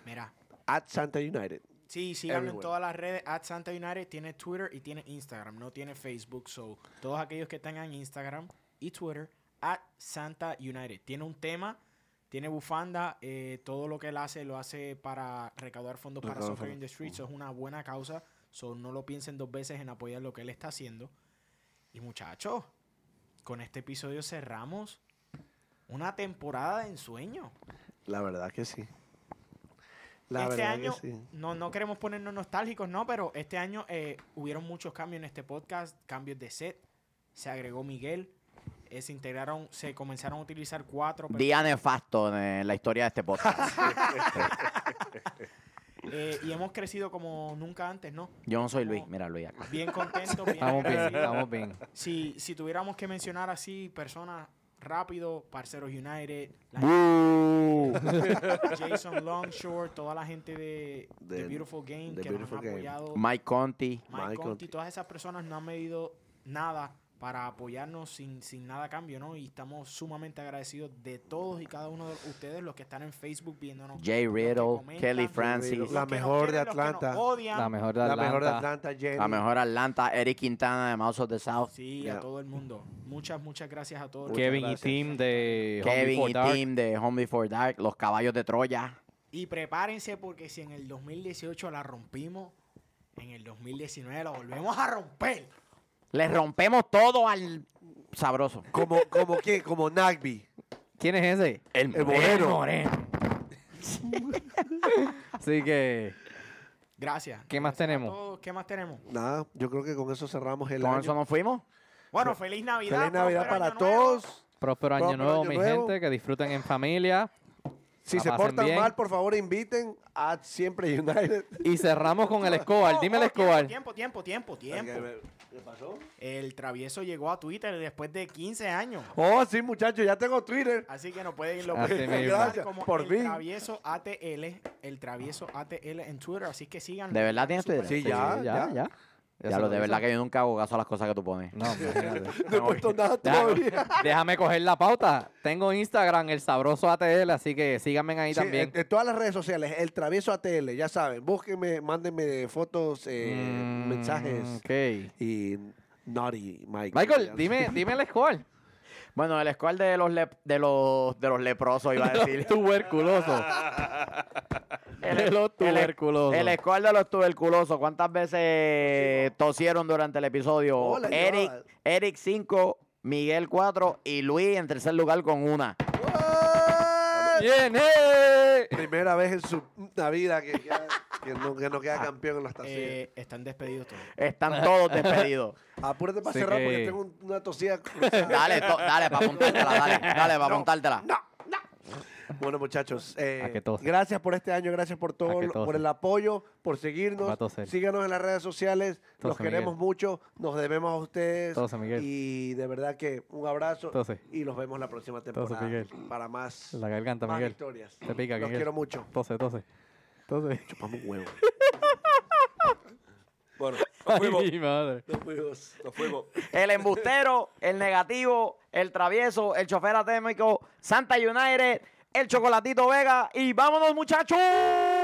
S3: Mira,
S4: At Santa United.
S3: sí, síganme en
S4: Everywhere.
S3: todas las redes. At Santa United tiene Twitter y tiene Instagram. No tiene Facebook. So, todos aquellos que tengan Instagram y Twitter, at Santa United. Tiene un tema, tiene bufanda. eh, todo lo que él hace, lo hace para recaudar fondos para
S4: Recaudar
S3: Soccer
S4: fondos.
S3: in the Streets. So, es una buena causa. So, no lo piensen dos veces en apoyar lo que él está haciendo. Y muchachos, con este episodio cerramos una temporada de ensueño.
S4: La verdad que sí. La
S3: este
S4: verdad
S3: año,
S4: que sí.
S3: no, no queremos ponernos nostálgicos, no, pero este año eh, hubieron muchos cambios en este podcast, cambios de set, se agregó Miguel, eh, se integraron, se comenzaron a utilizar cuatro, per-
S1: Día nefasto en la historia de este podcast.
S3: eh, y hemos crecido como nunca antes, ¿no?
S1: Yo no soy Luis, mira Luis acá.
S3: Bien contentos, bien
S2: Estamos bien,
S3: agradecidos.
S2: estamos bien.
S3: Si, si tuviéramos que mencionar así personas rápido, Parceros United, la- Jason Longshore, toda la gente de, de
S4: Del-
S3: Beautiful Game
S4: de
S3: que
S4: Beautiful
S3: nos han
S4: Game.
S3: apoyado.
S1: Mike Conti.
S3: Mike
S4: Mike
S3: Conti,
S4: Conti.
S3: todas esas personas no han medido nada para apoyarnos sin, sin nada a cambio, ¿no? Y estamos sumamente agradecidos de todos y cada uno de ustedes, los que están en Facebook viéndonos.
S1: Jay
S3: los que
S1: Riddle,
S3: comentan,
S1: Kelly
S3: los que
S1: Francis,
S4: Riddle. La
S3: nos
S4: mejor de
S3: quieren, los que nos
S4: Atlanta.
S3: odian.
S2: La mejor de
S4: La
S2: Atlanta.
S4: mejor de Atlanta, Jenny.
S1: la mejor Atlanta, Eric Quintana de Mouse of the South,
S3: Sí,
S4: Yeah.
S3: a todo el mundo. Muchas, muchas gracias a todos.
S2: Kevin y
S4: gracias.
S2: Tim de Home
S1: Kevin
S2: Before
S1: y
S2: Dark.
S1: Tim de Home Before Dark, Los Caballos de Troya.
S3: Y prepárense porque si en el 2018 la rompimos, en el 2019 la volvemos a romper.
S1: Le rompemos todo al sabroso.
S4: Como como quién, como Nagby.
S2: ¿Quién es ese?
S4: El moreno.
S2: Así que,
S3: Gracias.
S2: ¿qué más
S3: A
S2: tenemos?
S3: todos, ¿Qué más tenemos?
S4: Nada, yo creo que con eso cerramos el
S1: Con
S4: año.
S1: eso nos fuimos.
S3: Bueno, feliz Navidad.
S4: Feliz Navidad
S3: próspero
S4: para
S3: año nuevo.
S4: todos.
S2: Próspero año
S4: Próspero
S2: nuevo,
S4: año
S2: mi
S4: nuevo.
S2: gente. Que disfruten en familia.
S4: Si
S2: La
S4: se
S2: pasen
S4: portan
S2: bien.
S4: mal, por favor, inviten a Siempre United.
S2: Y cerramos con el Escobar.
S3: Oh,
S2: Dime
S3: oh,
S2: el Escobar.
S3: Tiempo, tiempo, tiempo, tiempo. tiempo.
S4: ¿Qué pasó?
S3: El travieso llegó a Twitter después de 15 años.
S4: Oh, sí, muchachos, ya tengo Twitter.
S3: Así que no pueden lo
S2: Así
S3: pueden
S2: mismo.
S3: buscar
S4: Gracias,
S3: como
S4: por
S3: el
S4: fin.
S3: travieso ATL, el travieso ATL en Twitter, así que sigan.
S1: ¿De verdad tienes Twitter?
S4: Sí, oh, ya, ya.
S2: ya.
S1: Ya,
S2: se
S1: lo, de
S2: hizo.
S1: verdad que yo nunca hago caso a las cosas que tú pones.
S2: No, imagínate.
S4: No he puesto nada todavía.
S2: déjame, déjame coger la pauta. Tengo Instagram, el sabroso ATL, así que síganme ahí
S4: Sí, este,
S2: también.
S4: en, en todas las redes sociales, el travieso ATL, ya saben, búsquenme, mándenme fotos, eh,
S2: Mm,
S4: mensajes
S2: Ok.
S4: eh, y Naughty, Mike.
S2: Michael, dime, dime el score.
S1: Bueno, el score de los, lep- de los, de los leprosos, iba a
S4: Ah,
S1: decir.
S2: Tuberculoso. De los
S1: el-
S2: tuberculosos.
S1: El score de los tuberculosos. ¿Cuántas veces tosieron durante el episodio?
S4: Hola,
S1: Eric,
S4: chaval.
S1: Eric 5, Miguel 4 y Luis en tercer lugar con una.
S2: Bien, eh.
S4: Primera vez en su puta vida que, queda- que no, que no queda
S2: Ah,
S4: campeón en las tasillas.
S3: Eh, están despedidos todos.
S1: Están todos despedidos.
S4: Apúrate para
S2: así
S4: cerrar porque
S2: que-
S4: tengo un- una tosía cruzada.
S1: dale, to- dale, para apuntártela, dale, dale, para apuntártela.
S4: Bueno, muchachos, eh,
S2: A que tose.
S4: gracias por este año, gracias por todo,
S2: que
S4: lo-
S2: tose.
S4: por el apoyo, por
S2: Va
S4: seguirnos.
S2: a toser.
S4: Síganos en las redes sociales, los
S2: Tose, Miguel.
S4: queremos mucho, nos debemos a ustedes.
S2: Tose, Miguel.
S4: Y de verdad que un abrazo
S2: Tose.
S4: y los vemos la próxima temporada
S2: Miguel.
S4: para más,
S2: La garganta,
S4: más
S2: Miguel.
S4: victorias.
S2: Te pica,
S4: los
S2: Miguel.
S4: quiero mucho.
S2: Tose, tose. Tose.
S4: Chupamos huevo.
S5: Bueno, nos fuimos.
S2: Ay, madre.
S4: Nos fuimos.
S5: Nos fuimos.
S1: El embustero, el negativo, el travieso, el chofer atémico, Santa United, el chocolatito Vega y vámonos muchachos.